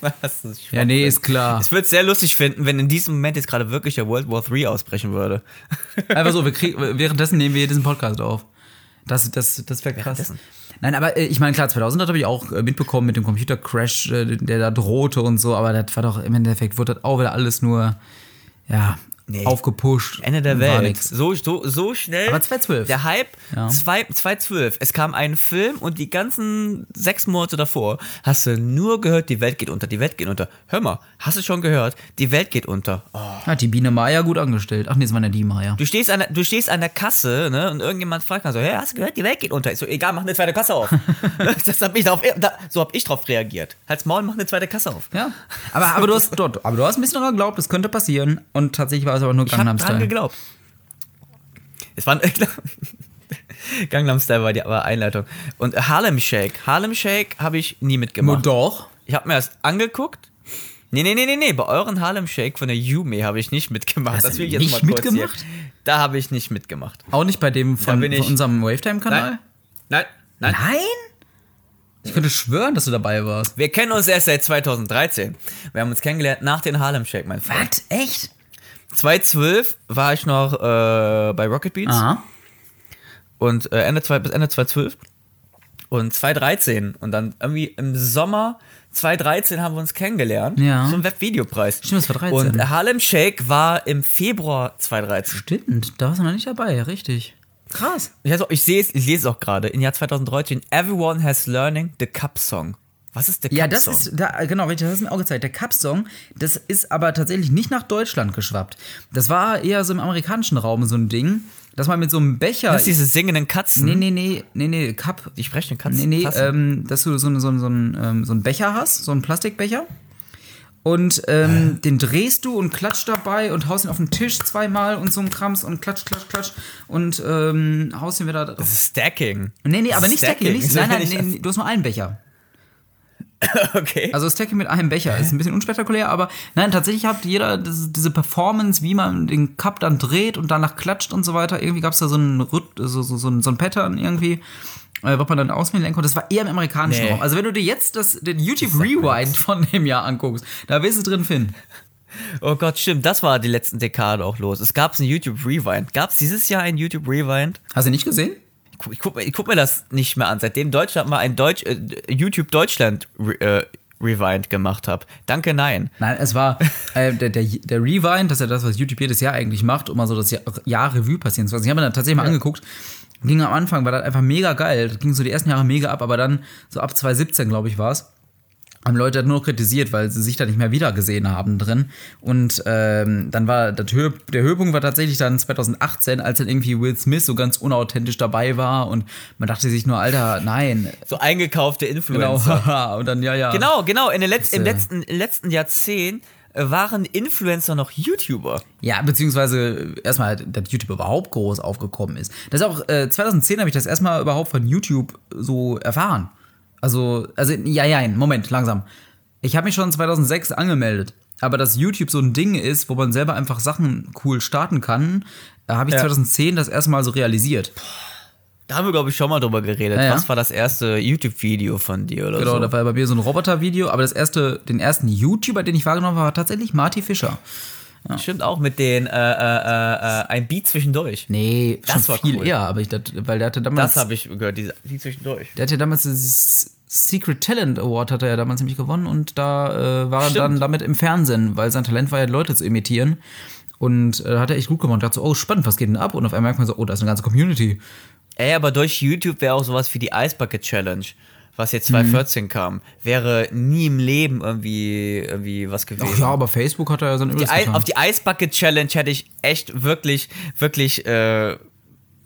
S1: Aber,
S2: Das ist
S1: ja nee, ist klar.
S2: Ich würde es sehr lustig finden, wenn in diesem Moment jetzt gerade wirklich der World War III ausbrechen würde.
S1: Einfach so, wir krieg, währenddessen nehmen wir diesen Podcast auf. Das, das, das wäre krass.
S2: Währenddessen.
S1: Nein, aber äh, ich meine, klar, 2000 habe ich auch äh, mitbekommen mit dem Computercrash, äh, der da drohte und so, aber das war doch im Endeffekt, wurde das auch wieder alles nur, ja,
S2: Nee.
S1: aufgepusht.
S2: Ende der
S1: War
S2: Welt.
S1: nix.
S2: So, so, so schnell.
S1: Aber 2012.
S2: Der Hype
S1: Ja.
S2: zwei- 2012. Es kam ein Film und die ganzen sechs Monate davor hast du nur gehört, die Welt geht unter, die Welt geht unter. Hör mal, hast du schon gehört, die Welt geht unter. Oh.
S1: Hat die Biene Maya gut angestellt. Ach nee, es war nicht die Maya.
S2: Du stehst, an der, du stehst an der Kasse ne, und irgendjemand fragt dann so, hey, hast du gehört, die Welt geht unter. Ich so, egal, mach eine zweite Kasse auf. das hab ich darauf, da, so habe ich drauf reagiert. Halt's Maul, mach eine zweite Kasse auf.
S1: Ja. Aber, aber, du hast, dort, aber du hast ein bisschen daran geglaubt, es könnte passieren. Und tatsächlich war es aber nur
S2: Ich habe
S1: Gangnam
S2: dran
S1: Style.
S2: geglaubt. Es war Gangnam Style war die war Einleitung und Harlem Shake. Harlem Shake habe ich nie
S1: Nur
S2: mitgemacht.
S1: doch.
S2: Ich habe mir das angeguckt. Nee, nee, nee, nee, nee, bei euren Harlem Shake von der Yume habe ich nicht mitgemacht.
S1: Hast
S2: das
S1: du
S2: will ich jetzt
S1: nicht
S2: mal kurz
S1: mitgemacht?
S2: Hier. Da habe ich nicht mitgemacht.
S1: Auch nicht bei dem von,
S2: bin ich-
S1: von unserem Wavetime-Kanal?
S2: Nein. Nein, nein.
S1: Ich könnte schwören, dass du dabei warst.
S2: Wir kennen uns erst seit 2013. Wir haben uns kennengelernt nach den Harlem Shake, mein Freund.
S1: Was? Echt?
S2: 2012 war ich noch äh, bei Rocket Beats.
S1: Aha.
S2: und äh, Ende zwei, bis Ende 2012 und 2013 und dann irgendwie im Sommer 2013 haben wir uns kennengelernt
S1: Ja.
S2: zum Webvideopreis.
S1: Stimmt, es war 13.
S2: Und Harlem Shake war im Februar 2013.
S1: Stimmt, da warst du noch nicht dabei, ja, richtig. Krass.
S2: Ich, also, ich sehe es, ich lese es auch gerade. Im Jahr 2013 Everyone has learning the Cup Song. Was ist der Cup
S1: Ja, das
S2: Song?
S1: ist, da, genau, richtig, das ist mir auch gezeigt. Der Cup-Song, das ist aber tatsächlich nicht nach Deutschland geschwappt. Das war eher so im amerikanischen Raum so ein Ding, dass man mit so einem Becher.
S2: das ist diese singenden Katzen.
S1: nee, nee, nee, nee, nee, Cup.
S2: Die sprechenden
S1: Nee,
S2: Katzen.
S1: nee,
S2: Tassen.
S1: ähm, dass du so, einen- so, einen- so, einen, ähm, so einen Becher hast, so einen Plastikbecher. Und ähm, den drehst du und klatscht dabei und haust ihn auf den Tisch zweimal und so ein Krams und klatsch, klatsch, klatsch und ähm, haust ihn wieder.
S2: das ist Stacking.
S1: Nee, nee, aber
S2: ist
S1: nicht Stacking.
S2: Stacking.
S1: Nicht,
S2: Das
S1: nein, nein,
S2: will ich-
S1: nee, nee, du hast nur einen Becher.
S2: Okay.
S1: Also Stacking mit einem Becher ist ein bisschen unspektakulär, aber nein, tatsächlich hat jeder das, diese Performance, wie man den Cup dann dreht und danach klatscht und so weiter. Irgendwie gab es da so einen Rhyth so, so, so, ein- so ein Pattern irgendwie, äh, was man dann auswählen konnte. Das war eher im amerikanischen
S2: Nee.
S1: Raum. Also wenn du dir jetzt das, den YouTube Rewind von dem Jahr anguckst, da wirst du drin finden.
S2: Oh Gott, stimmt. Das war die letzten Dekade auch los. Es gab ein YouTube Rewind. Gab es dieses Jahr ein YouTube Rewind?
S1: Hast du nicht gesehen?
S2: Ich guck, ich, guck, mir- ich guck mir das nicht mehr an, seitdem Deutschland mal ein Deutsch, äh, YouTube Deutschland Re, äh, Rewind gemacht hat. Danke, nein.
S1: Nein, es war äh, der, der, der Rewind, das ist ja das, was YouTube jedes Jahr eigentlich macht, um mal so das Jahr, Jahr Revue passieren zu lassen. Ich habe mir dann tatsächlich mal angeguckt, ging am Anfang, war das einfach mega geil. Das ging so die ersten Jahre mega ab, aber dann so ab 2017, glaube ich, war es. Haben Leute das nur noch kritisiert, weil sie sich da nicht mehr wiedergesehen haben drin. Und ähm, dann war das Höhe, der Höhepunkt war tatsächlich dann 2018, als dann irgendwie Will Smith so ganz unauthentisch dabei war und man dachte sich nur, Alter, nein.
S2: So eingekaufte
S1: Genau,
S2: Influencer.
S1: haha, und dann, ja, ja.
S2: Genau, genau. In der Letz-, im,
S1: äh,
S2: letzten, Im letzten Jahrzehnt äh, waren Influencer noch YouTuber.
S1: Ja, beziehungsweise äh, erstmal, dass YouTube überhaupt groß aufgekommen ist. Das ist auch, äh, 2010 habe ich das erstmal überhaupt von YouTube so erfahren. Also, also, ja, ja, Moment, langsam. Ich habe mich schon 2006 angemeldet. Aber dass YouTube so ein Ding ist, wo man selber einfach Sachen cool starten kann, äh, habe ich
S2: Ja.
S1: 2010 das erste Mal so realisiert.
S2: Da haben wir, glaube ich, schon mal drüber geredet.
S1: Ja, ja.
S2: Was war das erste YouTube-Video von dir oder
S1: Genau,
S2: so?
S1: da war bei mir so ein Roboter-Video. Aber das erste, den ersten YouTuber, den ich wahrgenommen habe, war tatsächlich Marty Fischer.
S2: Stimmt auch mit den äh, äh, äh, äh, ein Beat zwischendurch.
S1: Nee,
S2: Das
S1: schon
S2: war
S1: viel
S2: cool.
S1: eher. Aber ich, dat- weil der hatte damals
S2: Das habe ich gehört, diese Beat zwischendurch.
S1: Der hat ja damals dieses Secret Talent Award hat er ja damals nämlich gewonnen und da äh, war er
S2: Stimmt.
S1: dann damit im Fernsehen, weil sein Talent war ja Leute zu imitieren. Und äh, hat er echt gut gemacht. Dachte so, oh, spannend, was geht denn ab? Und auf einmal merkt man so, oh, da ist eine ganze Community.
S2: Ey, aber durch YouTube wäre auch sowas wie die Ice Bucket Challenge, was jetzt
S1: Mhm.
S2: 2014 kam, wäre nie im Leben irgendwie, irgendwie was gewesen.
S1: Ach ja, aber Facebook hat er ja sein
S2: die
S1: Übriges
S2: Ei-
S1: getan.
S2: auf die Ice Bucket Challenge hätte ich echt wirklich, wirklich äh,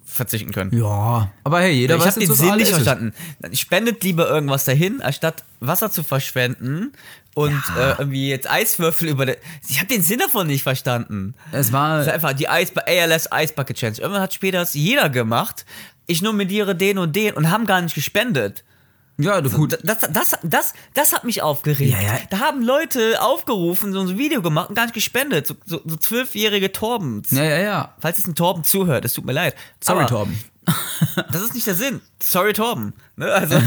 S2: verzichten können.
S1: ja, aber hey, jeder
S2: ich
S1: weiß
S2: habe den
S1: jetzt, was
S2: Sinn
S1: alles
S2: nicht
S1: ist.
S2: verstanden. Spendet lieber irgendwas dahin, anstatt Wasser zu verschwenden und äh, irgendwie jetzt Eiswürfel über. der- Ich habe den Sinn davon nicht verstanden.
S1: Es war,
S2: Das ist Also einfach die Eis ALS Ice Bucket Challenge. Irgendwann hat später das jeder gemacht. Ich nominiere den und den und haben gar nicht gespendet.
S1: Ja, du- gut.
S2: Das, das, das, das, das hat mich aufgeregt.
S1: Ja, ja.
S2: Da haben Leute aufgerufen, so ein Video gemacht und gar nicht gespendet. So, so, so zwölfjährige Torbens.
S1: Ja, ja, ja.
S2: Falls es ein Torben zuhört, es tut mir leid.
S1: Sorry,
S2: Aber
S1: Torben.
S2: Das ist nicht der Sinn. Sorry, Torben. Ne? Also,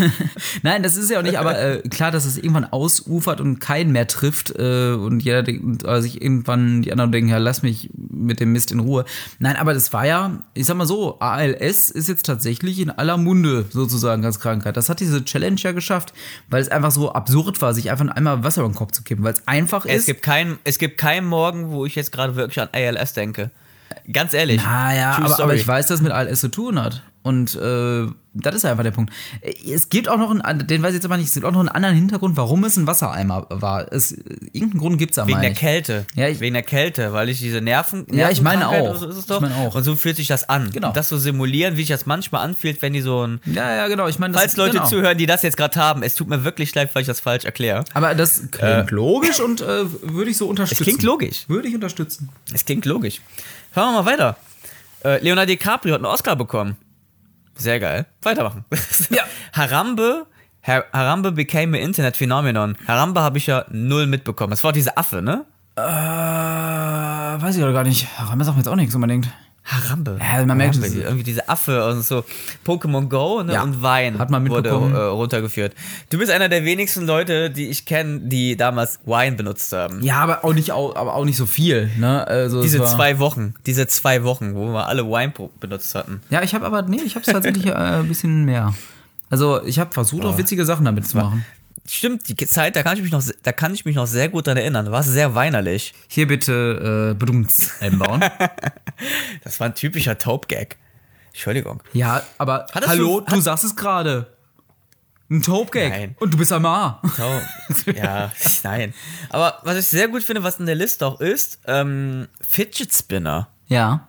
S1: Nein, das ist ja auch nicht, aber äh, klar, dass es irgendwann ausufert und keinen mehr trifft äh, und jeder denkt, und, äh, sich irgendwann die anderen denken, ja, lass mich mit dem Mist in Ruhe. Nein, aber das war ja, ich sag mal so, ALS ist jetzt tatsächlich in aller Munde sozusagen als Krankheit. Das hat diese Challenge ja geschafft, weil es einfach so absurd war, sich einfach einmal Wasser über den Kopf zu kippen, weil es einfach
S2: es,
S1: ist.
S2: gibt kein, es gibt keinen Morgen, wo ich jetzt gerade wirklich an ALS denke. Ganz ehrlich.
S1: Ah ja, aber,
S2: True
S1: aber
S2: story.
S1: ich weiß, dass es mit ALS zu tun hat. Und äh, das ist einfach der Punkt. Es gibt auch noch einen, an- den weiß ich jetzt aber nicht, es gibt auch noch einen anderen Hintergrund, warum es ein Wassereimer war. Es, irgendeinen Grund gibt es da
S2: Wegen
S1: meine
S2: der
S1: ich.
S2: Kälte.
S1: Ja, ich-
S2: Wegen der Kälte, weil ich diese Nerven.
S1: Ja, ich meine
S2: Nervenkrankheit
S1: auch.
S2: oder So ist es
S1: Ich
S2: doch.
S1: meine auch.
S2: Und so fühlt sich das an.
S1: Genau.
S2: Und das so simulieren, wie sich das manchmal anfühlt, wenn die so ein.
S1: Ja, ja, genau. Ich meine, das-
S2: Falls Leute
S1: genau.
S2: zuhören, die das jetzt gerade haben, es tut mir wirklich leid, weil ich das falsch erkläre.
S1: Aber das klingt logisch und äh, würde ich so unterstützen.
S2: Es klingt logisch.
S1: Würde ich unterstützen.
S2: Es klingt logisch. Schauen wir mal weiter. Äh, Leonardo DiCaprio hat einen Oscar bekommen. Sehr geil. Weitermachen.
S1: Ja.
S2: Harambe. Har Harambe became an Internet Phenomenon. Harambe habe ich ja null mitbekommen. Das war dieser Affe, ne?
S1: Äh, weiß ich gar nicht. Ramme sagt mir jetzt auch nichts unbedingt.
S2: Harambe.
S1: Ja, man merkt es.
S2: Irgendwie diese Affe und so. Pokémon Go ne?
S1: Ja.
S2: und Wein
S1: Hat man
S2: wurde äh,
S1: mitbekommen.
S2: runtergeführt. Du bist einer der wenigsten Leute, die ich kenne, die damals Wein benutzt haben.
S1: Ja, aber auch nicht, au- aber auch nicht so viel. Ne? Also, es
S2: Diese
S1: war-
S2: zwei Wochen, diese zwei Wochen, wo wir alle Wein pro- benutzt hatten.
S1: Ja, ich habe aber, nee, ich habe es tatsächlich äh, ein bisschen mehr. Also ich habe versucht, auch witzige Sachen damit zu machen.
S2: Stimmt, die Zeit, da kann ich mich noch, da kann ich mich noch sehr gut dran erinnern. Du warst sehr weinerlich.
S1: Hier bitte äh, Bedumts einbauen.
S2: Das war ein typischer Taubgag. Entschuldigung.
S1: ja, aber
S2: Hattest
S1: hallo,
S2: du-
S1: du, sagst es gerade. Ein Taubgag.
S2: Nein.
S1: Und du bist am A.
S2: Taub. ja, nein. Aber was ich sehr gut finde, was in der Liste auch ist, ähm, Fidget Spinner.
S1: Ja.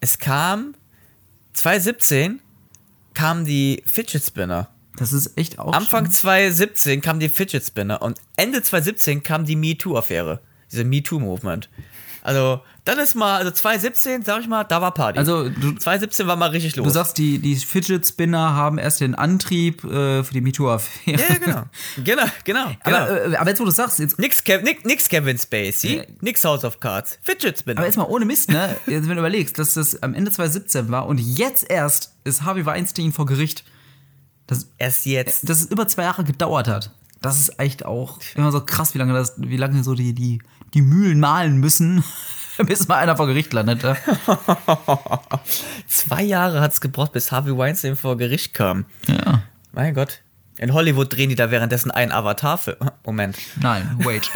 S2: Es kam 2017 kamen die Fidget Spinner.
S1: Das ist echt auch.
S2: Anfang 2017 kamen die Fidget Spinner und Ende 2017 kam die MeToo-Affäre. Diese MeToo-Movement. Also, dann ist mal, also 2017, sag ich mal, da war Party.
S1: Also, du-
S2: 2017 war mal richtig los.
S1: Du sagst, die, die Fidget Spinner haben erst den Antrieb äh, für die MeToo-Affäre.
S2: ja, ja, genau. genau, genau, genau.
S1: Aber, äh, aber jetzt, wo du sagst, jetzt
S2: nix, Kev, nix, nix Kevin Spacey,
S1: Ja.
S2: nix House of Cards, Fidget Spinner.
S1: Aber jetzt mal ohne Mist, ne? Jetzt, wenn du überlegst, dass das am Ende 2017 war und jetzt erst ist Harvey Weinstein vor Gericht,
S2: Erst jetzt.
S1: dass es über zwei Jahre gedauert hat. Das ist echt auch immer so krass, wie lange das, wie lange so die, die, die Mühlen mahlen müssen, bis mal einer vor Gericht landet. ja.
S2: Zwei Jahre hat's gebraucht, bis Harvey Weinstein vor Gericht kam.
S1: Ja.
S2: Mein Gott. In Hollywood drehen die da währenddessen einen Avatar-Film. Moment.
S1: Nein, wait.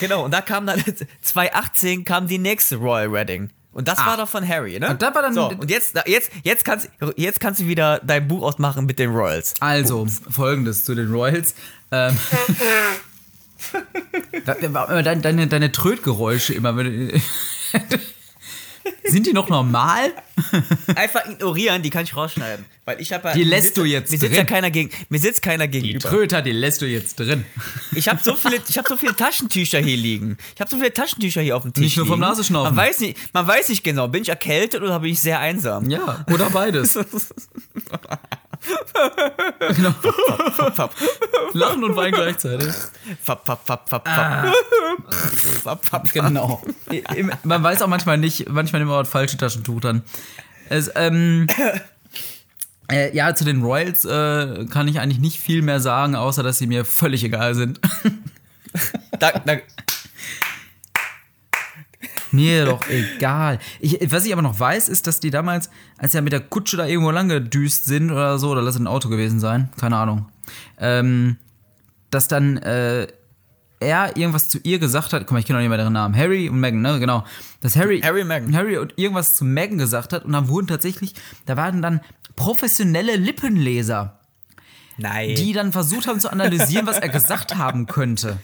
S2: Genau, und da kam dann 2018 kam die nächste Royal Wedding. Und das war doch von Harry, ne?
S1: Ah. Und da war dann-
S2: so, und jetzt, jetzt, jetzt, kannst, jetzt kannst du wieder dein Buch ausmachen mit den Royals.
S1: Also, folgendes zu den Royals. Ähm, Da- da war immer deine, deine, deine Trötgeräusche immer. wenn du- Sind die noch normal?
S2: Einfach ignorieren, die kann ich rausschneiden. Weil ich habe ja,
S1: Die
S2: mir
S1: lässt
S2: sitzt-
S1: du jetzt
S2: Mir sitzt
S1: drin.
S2: ja keiner gegen. Mir sitzt keiner gegenüber.
S1: Tröter, die lässt du jetzt drin.
S2: Ich habe so viele, ich habe so viele Taschentücher hier liegen. Ich habe so viele Taschentücher hier auf dem Tisch.
S1: Nicht nur vom
S2: liegen.
S1: Nasenschnaufen.
S2: Man weiß nicht, man weiß nicht genau, bin ich erkältet oder bin ich sehr einsam?
S1: Ja, oder beides. Genau.
S2: Fap,
S1: Lachen und weinen gleichzeitig.
S2: fap, fap, fap, fap,
S1: Ah.
S2: fap, fap, fap.
S1: Genau. Man weiß auch manchmal nicht, manchmal nimmt man auch das falsche Taschentuch dann. Es, ähm, äh, ja, zu den Royals äh, kann ich eigentlich nicht viel mehr sagen, außer dass sie mir völlig egal sind.
S2: Da, da,
S1: Mir doch egal. Ich, was ich aber noch weiß, ist, dass die damals, als sie ja mit der Kutsche da irgendwo lang gedüst sind oder so, oder lass es ein Auto gewesen sein, keine Ahnung, ähm, dass dann äh, er irgendwas zu ihr gesagt hat, guck mal, ich kenne noch nicht mal deren Namen, Harry und Meghan, ne, genau, dass Harry,
S2: Harry und Meghan.
S1: Harry und irgendwas zu Meghan gesagt hat und dann wurden tatsächlich, da waren dann professionelle Lippenleser
S2: nein.
S1: die dann versucht haben zu analysieren, was er gesagt haben könnte.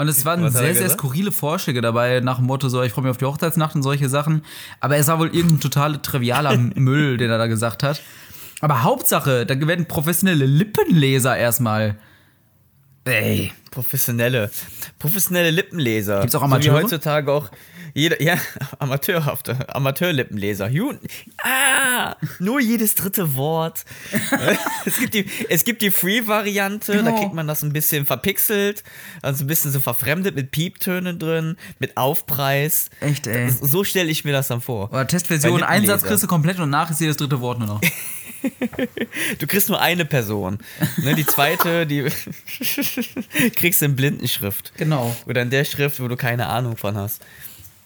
S1: Und es waren
S2: Was hat er
S1: sehr, sehr
S2: gesagt?
S1: skurrile Vorschläge dabei, nach dem Motto, so, ich freue mich auf die Hochzeitsnacht und solche Sachen. Aber es war wohl irgendein total trivialer Müll, den er da gesagt hat. Aber Hauptsache, da werden professionelle Lippenleser erstmal Ey.
S2: Professionelle, professionelle Lippenleser.
S1: Gibt's auch
S2: So
S1: Amateure?
S2: wie heutzutage auch jeder, ja, amateurhafte, Amateurlippenleser. Ju- Ah, nur jedes dritte Wort. es gibt die, es gibt die Free-Variante, da
S1: Genau.
S2: kriegt man das ein bisschen verpixelt, also ein bisschen so verfremdet mit Pieptönen drin, mit Aufpreis.
S1: Echt, ey.
S2: Das, so stelle ich mir das dann vor.
S1: Äh. Oder Testversion,
S2: Bei
S1: ein
S2: Lippenleser.
S1: Satz kriegst du komplett und nach ist jedes dritte Wort nur noch.
S2: Du kriegst nur eine Person. Ne, die zweite, die kriegst du in Blindenschrift.
S1: Genau.
S2: Oder in der Schrift, wo du keine Ahnung von hast.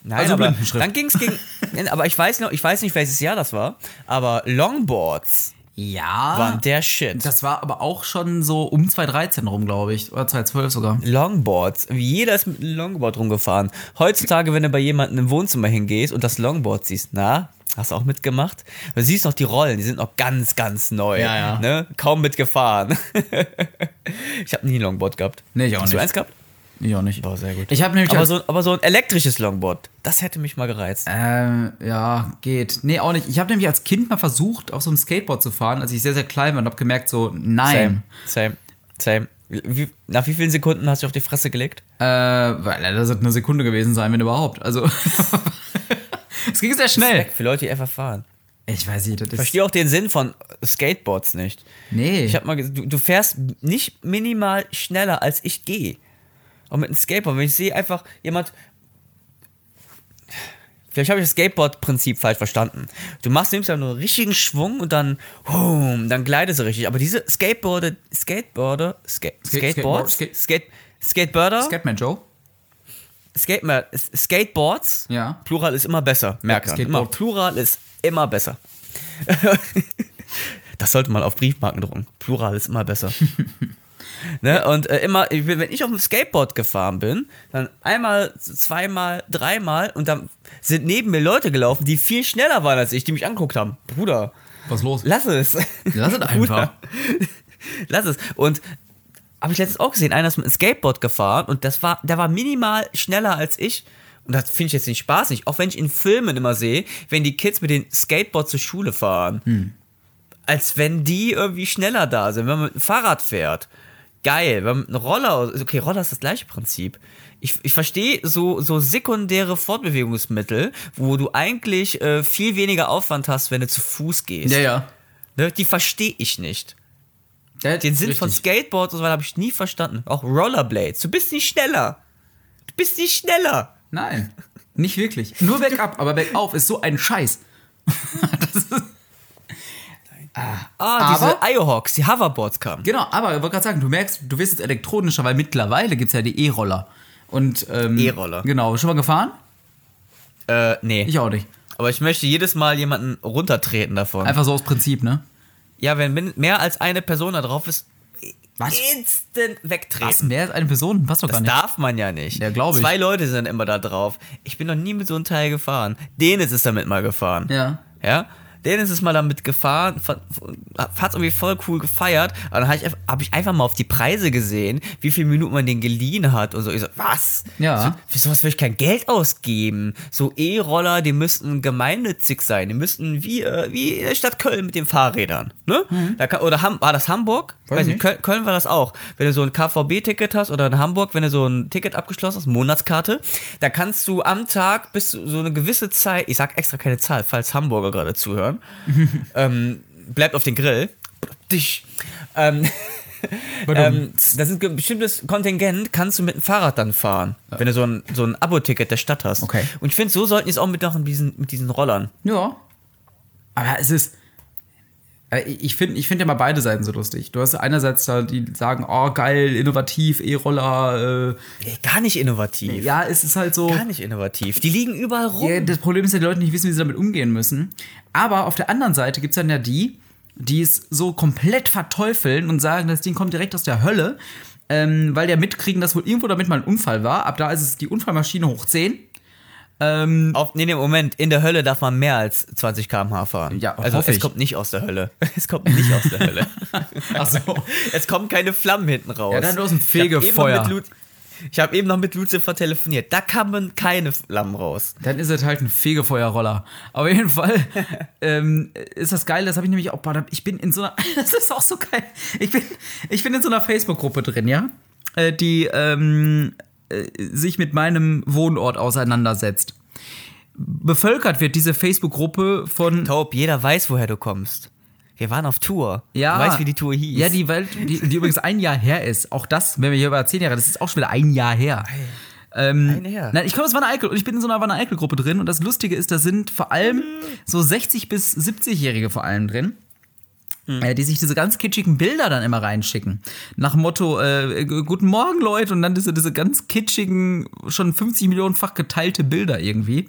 S2: Nein,
S1: Also
S2: aber
S1: Blindenschrift.
S2: dann ging es gegen. Nein, Aber ich weiß noch, ich weiß nicht, welches Jahr das war, aber Longboards
S1: Ja.
S2: waren der Shit.
S1: Ah. Das war aber auch schon so um 2013 rum, glaube ich. Oder 2012 sogar.
S2: Longboards. Jeder ist mit einem Longboard rumgefahren. Heutzutage, wenn du bei jemandem im Wohnzimmer hingehst und das Longboard siehst, na, hast du auch mitgemacht? Du siehst noch die Rollen, die sind noch ganz, ganz neu.
S1: Ja, ja.
S2: Ne? Kaum mitgefahren. ich habe nie ein Longboard gehabt.
S1: Nee, ich auch
S2: Hast du
S1: nicht.
S2: eins gehabt?
S1: Ich auch nicht.
S2: Boah, sehr gut.
S1: Ich habe nämlich.
S2: aber,
S1: als-
S2: so, aber so ein elektrisches Longboard, das hätte mich mal gereizt.
S1: Ähm, ja, geht. Nee, auch nicht. Ich habe nämlich als Kind mal versucht, auf so einem Skateboard zu fahren, als ich sehr, sehr klein war und habe gemerkt, so, nein.
S2: Same, same, same. Wie, nach wie vielen Sekunden hast du auf die Fresse gelegt?
S1: Äh, weil das wird eine Sekunde gewesen sein, wenn überhaupt. Also. es ging sehr schnell.
S2: Für Leute, die einfach fahren.
S1: Ich weiß nicht, das ist.
S2: Ich verstehe auch den Sinn von Skateboards nicht.
S1: Nee.
S2: Ich hab mal gesagt, du, du fährst nicht minimal schneller, als ich gehe. Und mit einem Skateboard, wenn ich sehe einfach jemand. Vielleicht habe ich das Skateboard-Prinzip falsch verstanden. Du machst nimmst ja nur einen richtigen Schwung und dann, hum, dann gleitest du richtig. Aber diese Skateboarder, Skateboarder, Ska Skateboards,
S1: Skateboard,
S2: Skate, Skateboarder,
S1: Scatman Joe.
S2: Skatema- Skateboards,
S1: Ja.
S2: Plural ist immer besser, merke ja,
S1: Skateboard.
S2: immer. Plural ist immer besser. das sollte man auf Briefmarken drucken. Plural ist immer besser. ne? Und äh, immer, ich bin- wenn ich auf dem Skateboard gefahren bin, dann einmal, zweimal, dreimal und dann sind neben mir Leute gelaufen, die viel schneller waren als ich, die mich angeguckt haben. Bruder,
S1: Was ist los?
S2: lass es.
S1: Lass es einfach.
S2: Bruder, Lass es. Und habe ich letztens auch gesehen, einer ist mit einem Skateboard gefahren und das war, der war minimal schneller als ich. Und das finde ich jetzt den Spaß nicht. Auch wenn ich in Filmen immer sehe, wenn die Kids mit den Skateboard zur Schule fahren.
S1: Hm.
S2: Als wenn die irgendwie schneller da sind, wenn man mit dem Fahrrad fährt. Geil, wenn man einen Roller, okay, Roller ist das gleiche Prinzip. Ich, ich verstehe so, so sekundäre Fortbewegungsmittel, wo du eigentlich äh, viel weniger Aufwand hast, wenn du zu Fuß gehst.
S1: Ja, ja.
S2: Ne, die verstehe ich nicht.
S1: Ja,
S2: Den Sinn von
S1: richtig.
S2: Skateboards und so weiter habe ich nie verstanden. Auch Rollerblades. Du bist nicht schneller. Du bist nicht schneller.
S1: Nein. Nicht wirklich. Nur bergab, aber bergauf ist so ein Scheiß.
S2: Ah, diese
S1: Aber-
S2: Iohawks, die Hoverboards kamen.
S1: Genau, aber ich wollte gerade sagen, du merkst, du wirst jetzt elektronischer, weil mittlerweile gibt es ja die E-Roller. Und ähm,
S2: E-Roller.
S1: Genau, schon mal gefahren?
S2: Äh, nee.
S1: Ich auch nicht.
S2: Aber ich möchte jedes Mal jemanden runtertreten davon.
S1: Einfach so aus Prinzip, ne?
S2: ja, wenn min- mehr als eine Person da drauf ist,
S1: Was?
S2: instant
S1: Was?
S2: wegtreten.
S1: Mehr als eine Person? Passt doch gar
S2: Das
S1: nicht.
S2: darf man ja nicht.
S1: Ja, glaub ich.
S2: Zwei Leute sind immer da drauf. Ich bin noch nie mit so einem Teil gefahren. Dennis ist damit mal gefahren.
S1: Ja.
S2: Ja? Dennis ist mal damit gefahren, fa- hat's irgendwie voll cool gefeiert. Aber dann habe ich, einfach- hab ich einfach mal auf die Preise gesehen, wie viele Minuten man den geliehen hat und so. Ich so, was?
S1: Ja.
S2: So, für sowas will ich kein Geld ausgeben. So E-Roller, die müssten gemeinnützig sein. Die müssten wie, äh, wie in der Stadt Köln mit den Fahrrädern. Ne? Da kann, oder Ham, war das Hamburg?
S1: Mhm. Weiß
S2: Weiß
S1: nicht.
S2: nicht. Köln, Köln war das auch. Wenn du so ein KVB-Ticket hast oder in Hamburg, wenn du so ein Ticket abgeschlossen hast, Monatskarte, da kannst du am Tag bis zu so eine gewisse Zeit, ich sag extra keine Zahl, falls Hamburger gerade zuhören, ähm, bleibt auf den Grill. Dich. Ähm, ähm, das ist ein bestimmtes Kontingent, kannst du mit dem Fahrrad dann fahren, wenn du so ein, so ein Abo-Ticket der Stadt hast.
S1: Okay.
S2: Und ich finde, so sollten die es auch mitmachen mit diesen, mit diesen Rollern.
S1: Ja. Aber es ist. äh, Ich finde ich find ja mal beide Seiten so lustig. Du hast einerseits da, die sagen, oh geil, innovativ, E-Roller.
S2: Ey, gar nicht
S1: Äh,
S2: innovativ.
S1: ja, es ist halt so.
S2: Gar nicht innovativ. Die liegen überall rum.
S1: Ja, das Problem ist ja, die Leute nicht wissen, wie sie damit umgehen müssen. Aber auf der anderen Seite gibt es dann ja die, die es so komplett verteufeln und sagen, das Ding kommt direkt aus der Hölle, ähm, weil die ja mitkriegen, dass wohl irgendwo damit mal ein Unfall war. Ab da ist es die Unfallmaschine hoch Ähm, 10.
S2: Auf, nee, nee, Moment. In der Hölle darf man mehr als 20 km/h fahren.
S1: Ja,
S2: also
S1: hoffe
S2: es
S1: ich.
S2: kommt nicht aus der Hölle. Es kommt nicht aus der Hölle.
S1: Ach so.
S2: Es kommen keine Flammen hinten raus.
S1: Ja, dann bloß ein
S2: Ich hab eben noch
S1: Fegefeuer.
S2: mit Lu- Ich habe eben noch mit Lucifer telefoniert. Da kamen keine Flammen raus.
S1: Dann ist es halt ein Fegefeuerroller. Auf jeden Fall ähm, ist das geil. Das habe ich nämlich auch. boah, da- Ich bin in so einer. Das ist auch so geil. Ich bin, ich bin in so einer Facebook-Gruppe drin, ja. äh, die ähm, äh, sich mit meinem Wohnort auseinandersetzt. Bevölkert wird diese Facebook-Gruppe von
S2: Taub, jeder weiß, woher du kommst. Wir waren auf Tour.
S1: Ja.
S2: Du weißt, wie die Tour hieß.
S1: Ja, die, Welt, die, die übrigens ein Jahr her ist. Auch das, wenn wir hier über zehn Jahre, das ist auch schon wieder ein Jahr her. Ähm,
S2: Ein Jahr.
S1: Nein, ich komme aus Wanne Eickel und ich bin in so einer Wanne Eickel Gruppe drin und das Lustige ist, da sind vor allem so 60 bis 70-Jährige vor allem drin. Äh, die sich diese ganz kitschigen Bilder dann immer reinschicken. Nach dem Motto, äh, g- guten Morgen Leute und dann diese, diese ganz kitschigen, schon 50 Millionenfach geteilte Bilder irgendwie.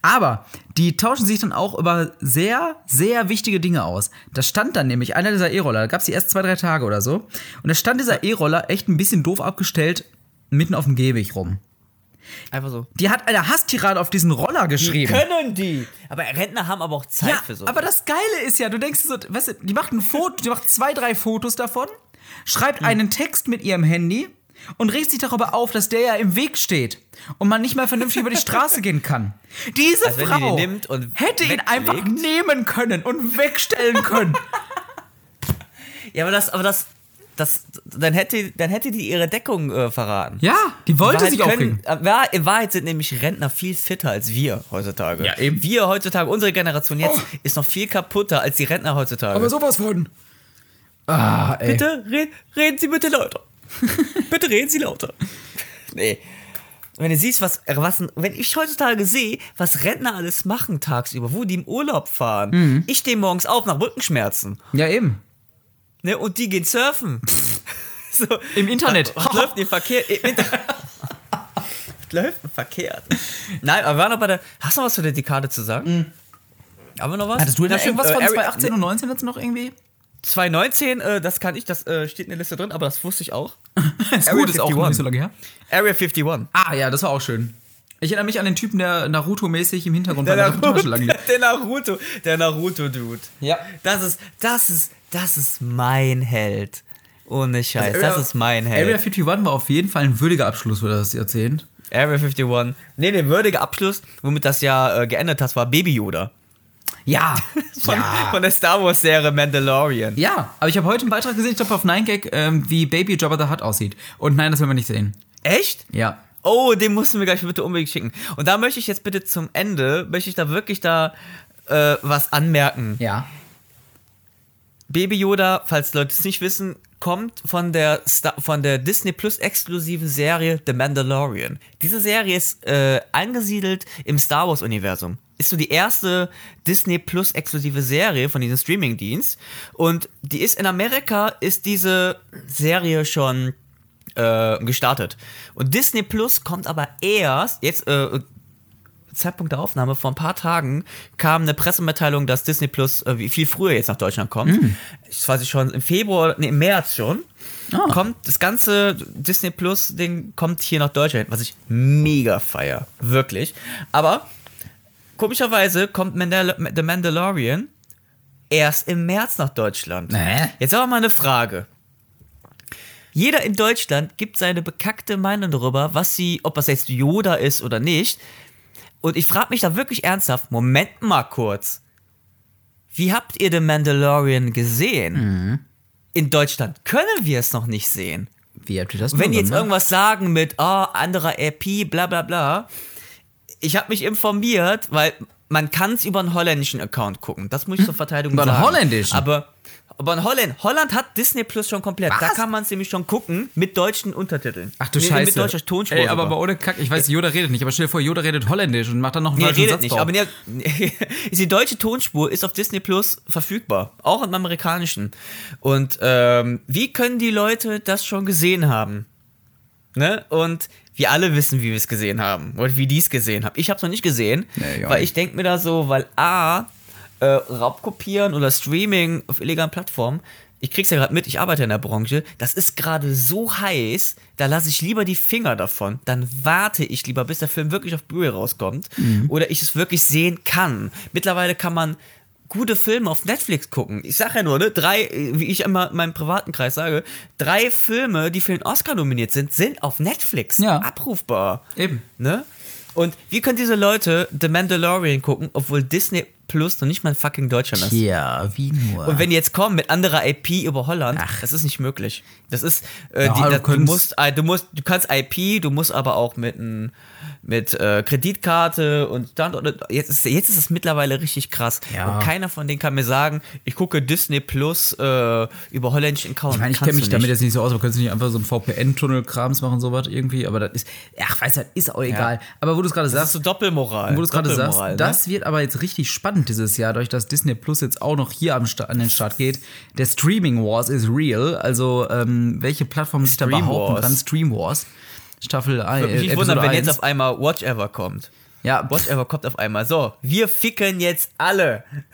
S1: Aber die tauschen sich dann auch über sehr, sehr wichtige Dinge aus. Da stand dann nämlich einer dieser E-Roller, da gab es die erst zwei, drei Tage oder so. Und da stand dieser E-Roller echt ein bisschen doof abgestellt, mitten auf dem Gehweg rum.
S2: Einfach so.
S1: Die hat eine Hasstirade auf diesen Roller geschrieben.
S2: Können die? Aber Rentner haben aber auch Zeit
S1: ja,
S2: für so.
S1: aber das Geile ist ja, du denkst so, weißt du, die macht ein Foto, die macht zwei, drei Fotos davon, schreibt
S2: Hm.
S1: einen Text mit ihrem Handy und regt sich darüber auf, dass der ja im Weg steht und man nicht mal vernünftig über die Straße gehen kann. Diese
S2: Also wenn die
S1: Frau
S2: den nimmt und
S1: hätte ihn
S2: weglegt.
S1: einfach nehmen können und wegstellen können.
S2: ja, aber das, aber das, das, dann hätte, dann hätte die ihre Deckung äh, verraten.
S1: ja, die wollte
S2: Wahrheit
S1: sich
S2: können,
S1: aufregen.
S2: äh, Wahr- In Wahrheit sind nämlich Rentner viel fitter als wir heutzutage.
S1: Ja, eben. Oh.
S2: Wir heutzutage, unsere Generation jetzt, ist noch viel kaputter als die Rentner heutzutage.
S1: sowas von. Ah, ey.
S2: bitte re reden Sie bitte lauter. bitte reden Sie lauter. Nee. Wenn du siehst, was, was, wenn ich heutzutage sehe, was Rentner alles machen tagsüber, wo die im Urlaub fahren.
S1: Mhm.
S2: Ich stehe morgens auf nach Rückenschmerzen.
S1: Ja, eben.
S2: Ne? Und die gehen surfen. so.
S1: Im Internet.
S2: Was läuft denn verkehrt? Im Internet. Was läuft denn verkehrt? Nein, aber wir waren noch bei der. Hast du noch was zu der Dekade zu sagen? Haben wir noch was?
S1: Mhm. Hattest du denn
S2: Na,
S1: irgendwas
S2: äh,
S1: von
S2: Ari-
S1: 2018 und 19 jetzt noch irgendwie?
S2: 2019, äh, das kann ich, das äh, steht in der Liste drin, aber das wusste ich auch.
S1: Das
S2: Area
S1: Gut ist auch noch
S2: 51.
S1: nicht so lange her.
S2: Area 51.
S1: Ah ja, das war auch schön. Ich erinnere mich an den Typen, der Naruto-mäßig im Hintergrund bei
S2: Der
S1: der Tasche lang
S2: Naruto,
S1: liegt.
S2: der Naruto, der Naruto-Dude.
S1: Ja.
S2: Das ist, das ist, das ist mein Held. Ohne Scheiß, das ist mein
S1: Also, Area
S2: Held.
S1: 51 war auf jeden Fall ein würdiger Abschluss für das Jahrzehnt.
S2: Area 51. Nee, der würdige Abschluss, womit das ja äh, geendet hat, war Baby Yoda.
S1: Ja.
S2: Von, von der Star Wars-Serie Mandalorian.
S1: ja, aber ich habe heute einen Beitrag gesehen, ich glaube auf 9gag, ähm, wie Baby Jabba the Hutt aussieht. Und nein, das werden wir nicht sehen.
S2: Echt?
S1: Ja.
S2: Oh, den mussten wir gleich bitte unbedingt schicken. Und da möchte ich jetzt bitte zum Ende, möchte ich da wirklich da äh, was anmerken.
S1: Ja.
S2: Baby Yoda, falls Leute es nicht wissen, kommt von der, Sta- von der Disney Plus exklusiven Serie The Mandalorian. Diese Serie ist äh, angesiedelt im Star Wars Universum. Ist so die erste Disney Plus exklusive Serie von diesem Streamingdienst und die ist in Amerika ist diese Serie schon äh, gestartet. Und Disney Plus kommt aber erst jetzt äh, Zeitpunkt der Aufnahme, vor ein paar Tagen, kam eine Pressemitteilung, dass Disney Plus äh, wie viel früher jetzt nach Deutschland kommt. Ich weiß nicht, schon im Februar, nee, im März schon. Kommt das ganze Disney Plus-Ding kommt hier nach Deutschland, was ich mega feier. Wirklich. Aber komischerweise kommt Mandal The Mandalorian erst im März nach Deutschland.
S1: Nee.
S2: Jetzt aber mal eine Frage. Jeder in Deutschland gibt seine bekackte Meinung darüber, was sie, ob das jetzt Yoda ist oder nicht. Und ich frage mich da wirklich ernsthaft, Moment mal kurz. Wie habt ihr The Mandalorian gesehen?
S1: Mhm.
S2: In Deutschland können wir es noch nicht sehen.
S1: Wie habt ihr das
S2: Wenn die jetzt
S1: irgendwas
S2: irgendwas sagen mit, ah, anderer RP, bla bla bla. Ich habe mich informiert, weil man kann es über einen holländischen Account gucken. Das muss ich zur Verteidigung
S1: Hm? Über einen
S2: sagen.
S1: holländischen?
S2: Aber, aber in Holland, Holland hat Disney Plus schon komplett. Da
S1: Was?
S2: kann man es nämlich schon gucken mit deutschen Untertiteln.
S1: Ach du
S2: Nee,
S1: Scheiße.
S2: Mit deutscher Tonspur.
S1: Ey, aber
S2: sogar.
S1: mal ohne Kack, ich weiß, Yoda redet nicht, aber stell dir vor, Yoda redet holländisch und macht dann noch einen
S2: Nee,
S1: falschen
S2: redet
S1: Satz
S2: nicht.
S1: drauf.
S2: Aber der, die deutsche Tonspur ist auf Disney Plus verfügbar. Auch im amerikanischen. Und ähm, wie können die Leute das schon gesehen haben? Ne? Und wir alle wissen, wie wir es gesehen haben. Und wie die es gesehen haben. Ich habe es noch nicht gesehen,
S1: Nee, ja.
S2: weil ich denke mir da so, weil A, äh, Raubkopieren oder Streaming auf illegalen Plattformen, ich krieg's ja gerade mit, ich arbeite in der Branche, das ist gerade so heiß, da lasse ich lieber die Finger davon. Dann warte ich lieber, bis der Film wirklich auf Blu-ray rauskommt
S1: Mhm.
S2: oder ich es wirklich sehen kann. Mittlerweile kann man gute Filme auf Netflix gucken. Ich sag ja nur, ne, drei, äh, wie ich immer in meinem privaten Kreis sage, drei Filme, die für den Oscar nominiert sind, sind auf Netflix
S1: Ja.
S2: abrufbar.
S1: Eben.
S2: Ne? Und wie können diese Leute The Mandalorian gucken, obwohl Disney plus noch nicht mal in fucking Deutschland ist.
S1: Ja, wie nur.
S2: Und wenn die jetzt kommen mit anderer IP über Holland,
S1: Ach.
S2: das ist nicht möglich. Das ist, äh,
S1: Ja,
S2: die,
S1: du
S2: das, du,
S1: könntest-
S2: musst, äh, du musst, du kannst IP, du musst aber auch mit, n- mit äh, Kreditkarte und Standort. Jetzt ist, jetzt ist es mittlerweile richtig krass.
S1: Ja.
S2: Und keiner von denen kann mir sagen, ich gucke Disney Plus äh, über holländischen Account.
S1: ich meine, ich kenne mich damit jetzt nicht so aus, aber könntest du nicht einfach so einen VPN-Tunnel-Krams machen, sowas irgendwie? Aber das ist, ach, weißt du, das ist auch egal. Aber wo du es gerade
S2: Das ist
S1: sagst,
S2: so Doppelmoral.
S1: wo du es gerade sagst,
S2: Doppelmoral, ne?
S1: das wird aber jetzt richtig spannend dieses Jahr, durch das Disney Plus jetzt auch noch hier am Sta- an den Start geht. Der Streaming Wars is real, also ähm, welche Plattform sich da
S2: Stream
S1: behaupten
S2: Wars.
S1: kann. Stream Wars. Staffel 1.
S2: Würde mich nicht wundern, wenn jetzt auf einmal Whatever kommt.
S1: ja,
S2: Whatever kommt auf einmal. So, wir ficken jetzt alle.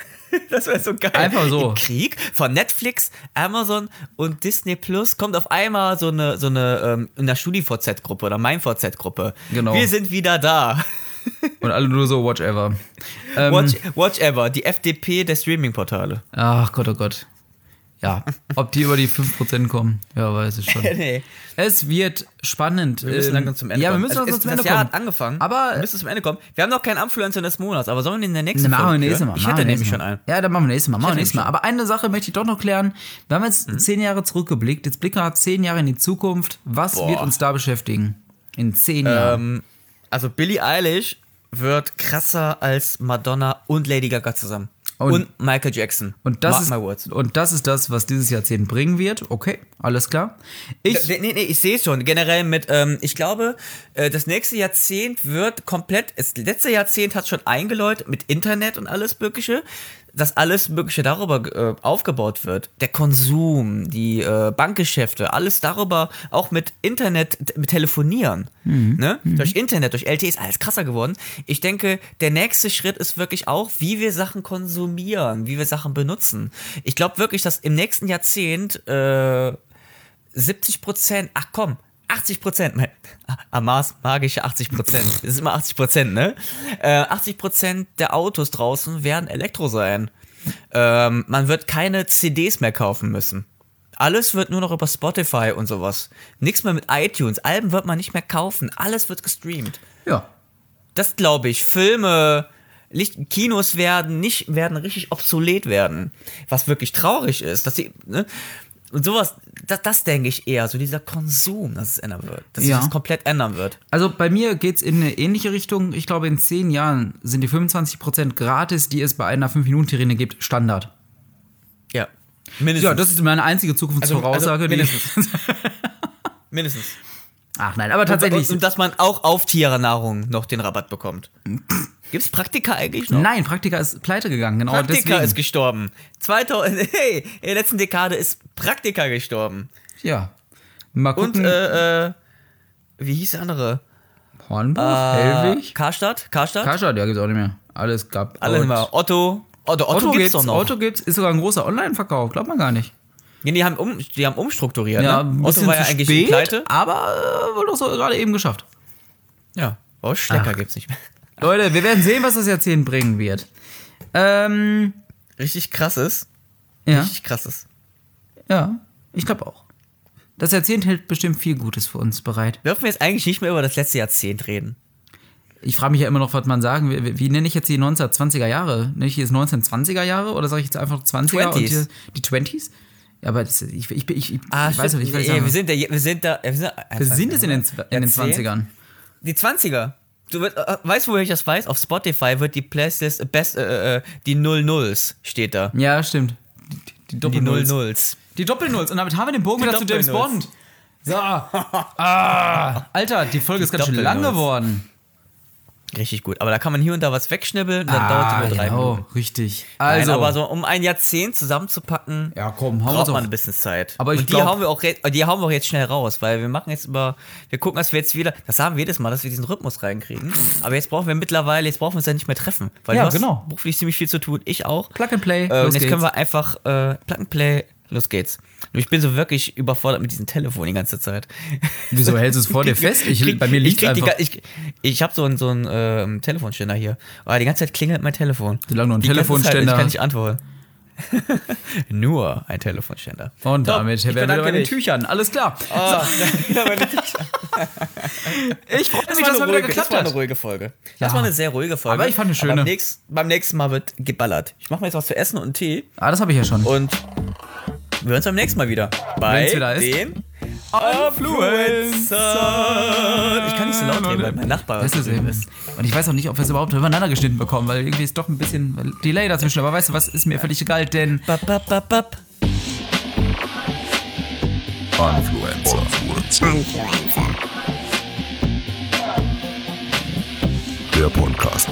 S2: Das wäre so geil.
S1: Einfach so.
S2: Im Krieg von Netflix, Amazon und Disney Plus kommt auf einmal so eine, so eine ähm, in der StudiVZ-Gruppe oder mein VZ-Gruppe.
S1: Genau.
S2: Wir sind wieder da.
S1: und alle nur so, whatever. Ähm,
S2: Watch, Whatever, die FDP der Streaming-Portale.
S1: Ach Gott, oh Gott. Ja, ob die über die 5% kommen, ja, weiß ich schon.
S2: Nee.
S1: Es wird spannend.
S2: Wir müssen
S1: Ähm,
S2: langsam zum Ende
S1: Ja, wir
S2: kommen.
S1: müssen
S2: Also
S1: langsam
S2: es-
S1: zum Ende
S2: das Jahr
S1: kommen.
S2: hat angefangen.
S1: Aber-
S2: wir müssen zum Ende kommen. Wir haben noch keinen Influencer des Monats, aber sollen wir den in der nächsten
S1: Ne, machen wir
S2: Folge
S1: nächstes
S2: führen?
S1: Mal.
S2: Ich
S1: machen
S2: hätte
S1: wir
S2: nämlich
S1: nächstes
S2: schon
S1: Mal.
S2: einen.
S1: Ja, dann machen wir nächstes Mal. Machen wir
S2: hätte Mhm.
S1: nächstes Mal.
S2: nämlich
S1: Aber eine Sache möchte ich doch noch klären. Wir haben jetzt zehn Jahre zurückgeblickt. Jetzt blicken wir halt zehn Jahre in die Zukunft. Was
S2: Boah.
S1: wird uns da beschäftigen? In zehn Jahren.
S2: Ähm, also Billie Eilish wird krasser als Madonna und Lady Gaga zusammen.
S1: Und-
S2: Und, Michael Jackson.
S1: Und das,
S2: Mark
S1: ist,
S2: my words.
S1: und das ist das, was dieses Jahrzehnt bringen wird. Okay, alles klar. Ich,
S2: Nee, nee, nee, ich sehe es schon. Generell mit, ähm, ich glaube, äh, das nächste Jahrzehnt wird komplett, das letzte Jahrzehnt hat schon eingeläutet mit Internet und alles Mögliche, dass alles Mögliche darüber äh, aufgebaut wird. Der Konsum, die äh, Bankgeschäfte, alles darüber, auch mit Internet, t- mit Telefonieren. Ne? Durch Internet, durch LTE ist alles krasser geworden. Ich denke, der nächste Schritt ist wirklich auch, wie wir Sachen konsumieren, wie wir Sachen benutzen. Ich glaube wirklich, dass im nächsten Jahrzehnt äh, 70 Prozent, ach komm, 80 Prozent, Amas magische 80 Prozent, das ist immer 80 Prozent, ne? Äh, 80 Prozent der Autos draußen werden Elektro sein. Ähm, man wird keine CDs mehr kaufen müssen. Alles wird nur noch über Spotify und sowas. Nichts mehr mit iTunes. Alben wird man nicht mehr kaufen. Alles wird gestreamt.
S1: ja.
S2: Das glaube ich. Filme, Licht, Kinos werden nicht, werden richtig obsolet werden. Was wirklich traurig ist, dass sie, ne? Und sowas, das, das denke ich eher, so dieser Konsum, dass es ändern wird. Dass
S1: Ja.
S2: sich das komplett ändern wird.
S1: Also bei mir geht's in eine ähnliche Richtung. Ich glaube, in zehn Jahren sind die 25% gratis, die es bei einer 5-Minuten-Terrine gibt, Standard.
S2: Ja. Mindestens.
S1: Ja, das ist meine einzige Zukunftsvoraussage.
S2: also
S1: die-
S2: mindestens. Mindestens.
S1: Ach nein, aber tatsächlich.
S2: Und, und dass man auch auf Tiernahrung noch den Rabatt bekommt. Gibt es Praktika eigentlich noch?
S1: nein, Praktika ist pleite gegangen, genau
S2: Praktika
S1: deswegen.
S2: ist gestorben. 2000, hey, in der letzten Dekade ist Praktika gestorben.
S1: ja. Mal
S2: Und,
S1: gucken.
S2: äh, äh, wie hieß der andere?
S1: Hornbuch,
S2: Äh,
S1: Hellwig.
S2: Karstadt? Karstadt?
S1: Kascha, der gibt's auch nicht mehr. Alles gab.
S2: Alle immer. Otto. Otto, Otto,
S1: Otto,
S2: gibt's
S1: gibt's,
S2: doch noch.
S1: Otto gibt's, ist sogar ein großer Online-Verkauf, glaubt man gar nicht.
S2: Nee, die haben, um, die haben umstrukturiert.
S1: ein
S2: ne? Otto
S1: bisschen
S2: war ja
S1: zu
S2: eigentlich
S1: spät,
S2: pleite.
S1: aber äh, wurde doch so gerade eben geschafft.
S2: Ja. Oh, Schlecker
S1: Ach.
S2: gibt's nicht mehr.
S1: Leute, wir werden sehen, was das Jahrzehnt bringen wird. Ähm,
S2: Richtig krasses.
S1: ja.
S2: Richtig krasses.
S1: Ja, ich glaube auch. Das Jahrzehnt hält bestimmt viel Gutes für uns bereit.
S2: Dürfen wir jetzt eigentlich nicht mehr über das letzte Jahrzehnt reden?
S1: Ich frage mich ja immer noch, was man sagen will. Wie, wie nenne ich jetzt die 1920er Jahre? Nenne ich jetzt 1920er Jahre oder sage ich jetzt einfach 20er und
S2: 20s?
S1: die, die 20s? Ja, aber das, ich, ich, ich, ich,
S2: Ah,
S1: ich weiß ja
S2: stimmt.
S1: nicht, was ich
S2: Nee,
S1: sagen
S2: wir
S1: will.
S2: sind da, wir sind da, äh, wir sind, äh,
S1: Wir sind es in den, Zw- in den
S2: Jahrzehnt?
S1: 20ern.
S2: Die 20er. Du wird, äh, weißt du, woher ich das weiß? Auf Spotify wird die Playlist best, äh, äh, die Null Nulls steht da.
S1: Ja, stimmt. Die, die, die
S2: Die Null
S1: Doppel-Nulls.
S2: Nulls.
S1: Die Doppel-Nulls. Und damit haben wir den Bogen
S2: Die
S1: wieder zu James
S2: Doppel-Nulls.
S1: Bond. So. Ah. Alter, die Folge ist ganz schön lang
S2: Doppel-Nulls.
S1: geworden.
S2: Richtig gut. Aber da kann man hier und da was wegschnibbeln, dann dauert es nur drei Minuten.
S1: richtig. Ah, genau. Also,
S2: Also, Nein, aber so, um ein Jahrzehnt zusammenzupacken,
S1: ja, komm, hau uns
S2: braucht
S1: auf.
S2: man ein bisschen Zeit.
S1: Aber ich
S2: und die,
S1: glaub-
S2: hauen wir auch, re- die hauen wir auch jetzt schnell raus, weil wir machen jetzt über, wir gucken, dass wir jetzt wieder, das haben wir jedes Mal, dass wir diesen Rhythmus reinkriegen. Aber jetzt brauchen wir mittlerweile, jetzt brauchen wir uns ja nicht mehr treffen. Weil
S1: Ja,
S2: du hast
S1: genau.
S2: beruflich ziemlich viel zu tun, ich auch.
S1: Plug and Play,
S2: Äh,
S1: los
S2: und jetzt
S1: geht's.
S2: können wir einfach äh, Plug and Play, los geht's. Nur ich bin so wirklich überfordert mit diesem Telefon die ganze Zeit.
S1: Wieso hältst du es vor dir fest? Ich, bei mir liegt
S2: ich krieg die
S1: einfach.
S2: ga- ich ich habe so einen, so einen ähm, Telefonständer hier. Aber die ganze Zeit klingelt mein Telefon.
S1: Solange du einen
S2: Die ganze Zeit,
S1: Telefonständer
S2: Ich kann
S1: hast.
S2: nicht antworten. Nur ein Telefonständer.
S1: Und damit
S2: ich
S1: werden wir
S2: bedanke
S1: bei den
S2: mich.
S1: Tüchern. Alles klar.
S2: Oh, wieder bei den Tüchern.
S1: Ich freue
S2: Das
S1: mich,
S2: war,
S1: dass mal
S2: eine
S1: wieder
S2: ruhige, das
S1: geklappt
S2: war eine
S1: hat.
S2: ruhige Folge.
S1: Ja.
S2: Das war eine sehr ruhige Folge.
S1: Aber ich fand eine schöne.
S2: Beim nächsten, beim nächsten Mal wird geballert. Ich mache mir jetzt was zu essen und einen Tee
S1: Ah, das habe ich ja schon.
S2: und wir hören uns beim nächsten Mal wieder. Bei
S1: Wenn's wieder ist.
S2: dem Influencer. Ich kann nicht so laut reden, weil mein Nachbar
S1: Das ist
S2: drüben
S1: eben. Und ich weiß auch nicht, ob wir es überhaupt übereinander geschnitten bekommen, weil irgendwie ist doch ein bisschen Delay dazwischen. Aber weißt du was, ist mir völlig egal, denn
S2: Bap, bap, bap, bap.
S3: Influencer.
S4: Influencer.
S3: Der Podcast.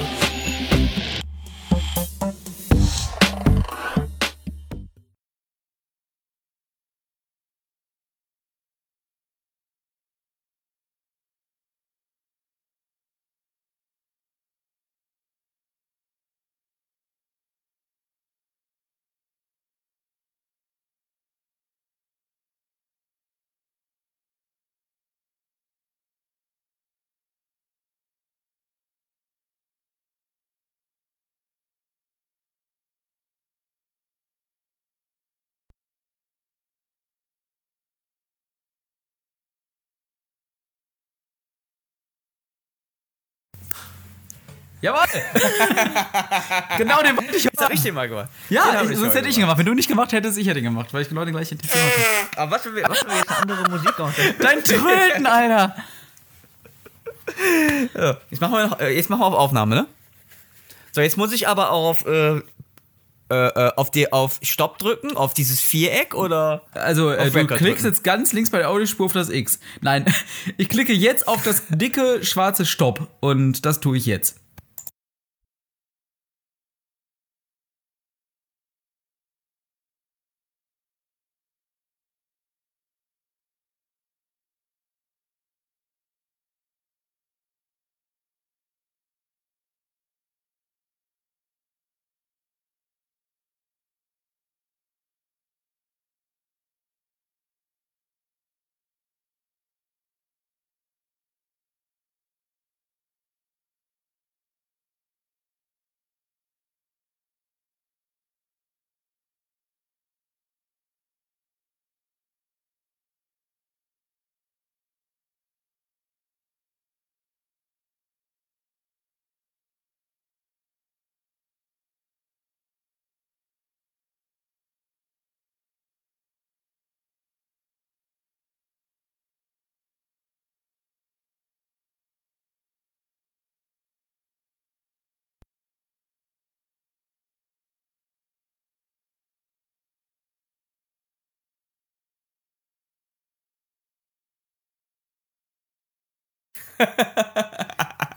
S1: Jawohl! genau den wollte ich
S2: Das hab ich dir mal gemacht. Den
S1: Ja,
S2: hab
S1: ich, sonst
S2: mal
S1: hätte ich ihn gemacht. Wenn du nicht gemacht hättest, ich hätte ihn gemacht, weil ich genau den gleichen Tipp gemacht habe.
S2: Aber was, wenn wir, was, wenn wir jetzt eine andere Musik machen?
S1: Dein Tröten, Alter!
S2: Ja. Jetzt machen wir, noch, äh, jetzt machen wir auf Aufnahme, ne? So, jetzt muss ich aber auch auf, äh, äh, äh, auf, die, auf Stopp drücken, auf dieses Viereck oder.
S1: Also, äh,
S2: Auf
S1: du
S2: Record
S1: klickst
S2: drücken.
S1: jetzt ganz links bei der Audiospur auf das X. Nein, ich klicke jetzt auf das dicke schwarze Stopp und das tue ich jetzt.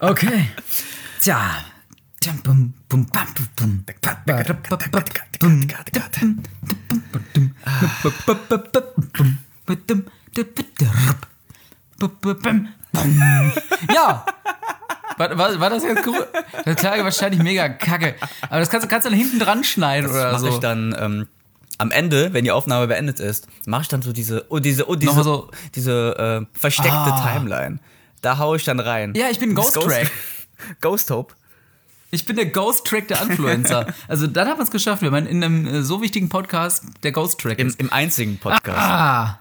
S1: Okay. Tja. Ja. War, war, war das jetzt cool? Das klang wahrscheinlich mega kacke. Aber das kannst, du- kannst du dann hinten dran schneiden
S2: Das
S1: oder
S2: mache
S1: so.
S2: ich dann ähm, am Ende, wenn die Aufnahme beendet ist, mache ich dann so diese, oh, diese, oh, diese,
S1: Nochmal so.
S2: diese äh, versteckte
S1: Ah.
S2: Timeline. Da haue ich dann rein.
S1: Ja, ich bin
S2: Das
S1: Ghost Track.
S2: Ghost Hope.
S1: Ich bin der Ghost Track der Influencer. Also dann hat man es geschafft, wenn man in einem äh, so wichtigen Podcast der Ghost Track
S2: Im,
S1: ist.
S2: Im einzigen Podcast.
S1: Ah,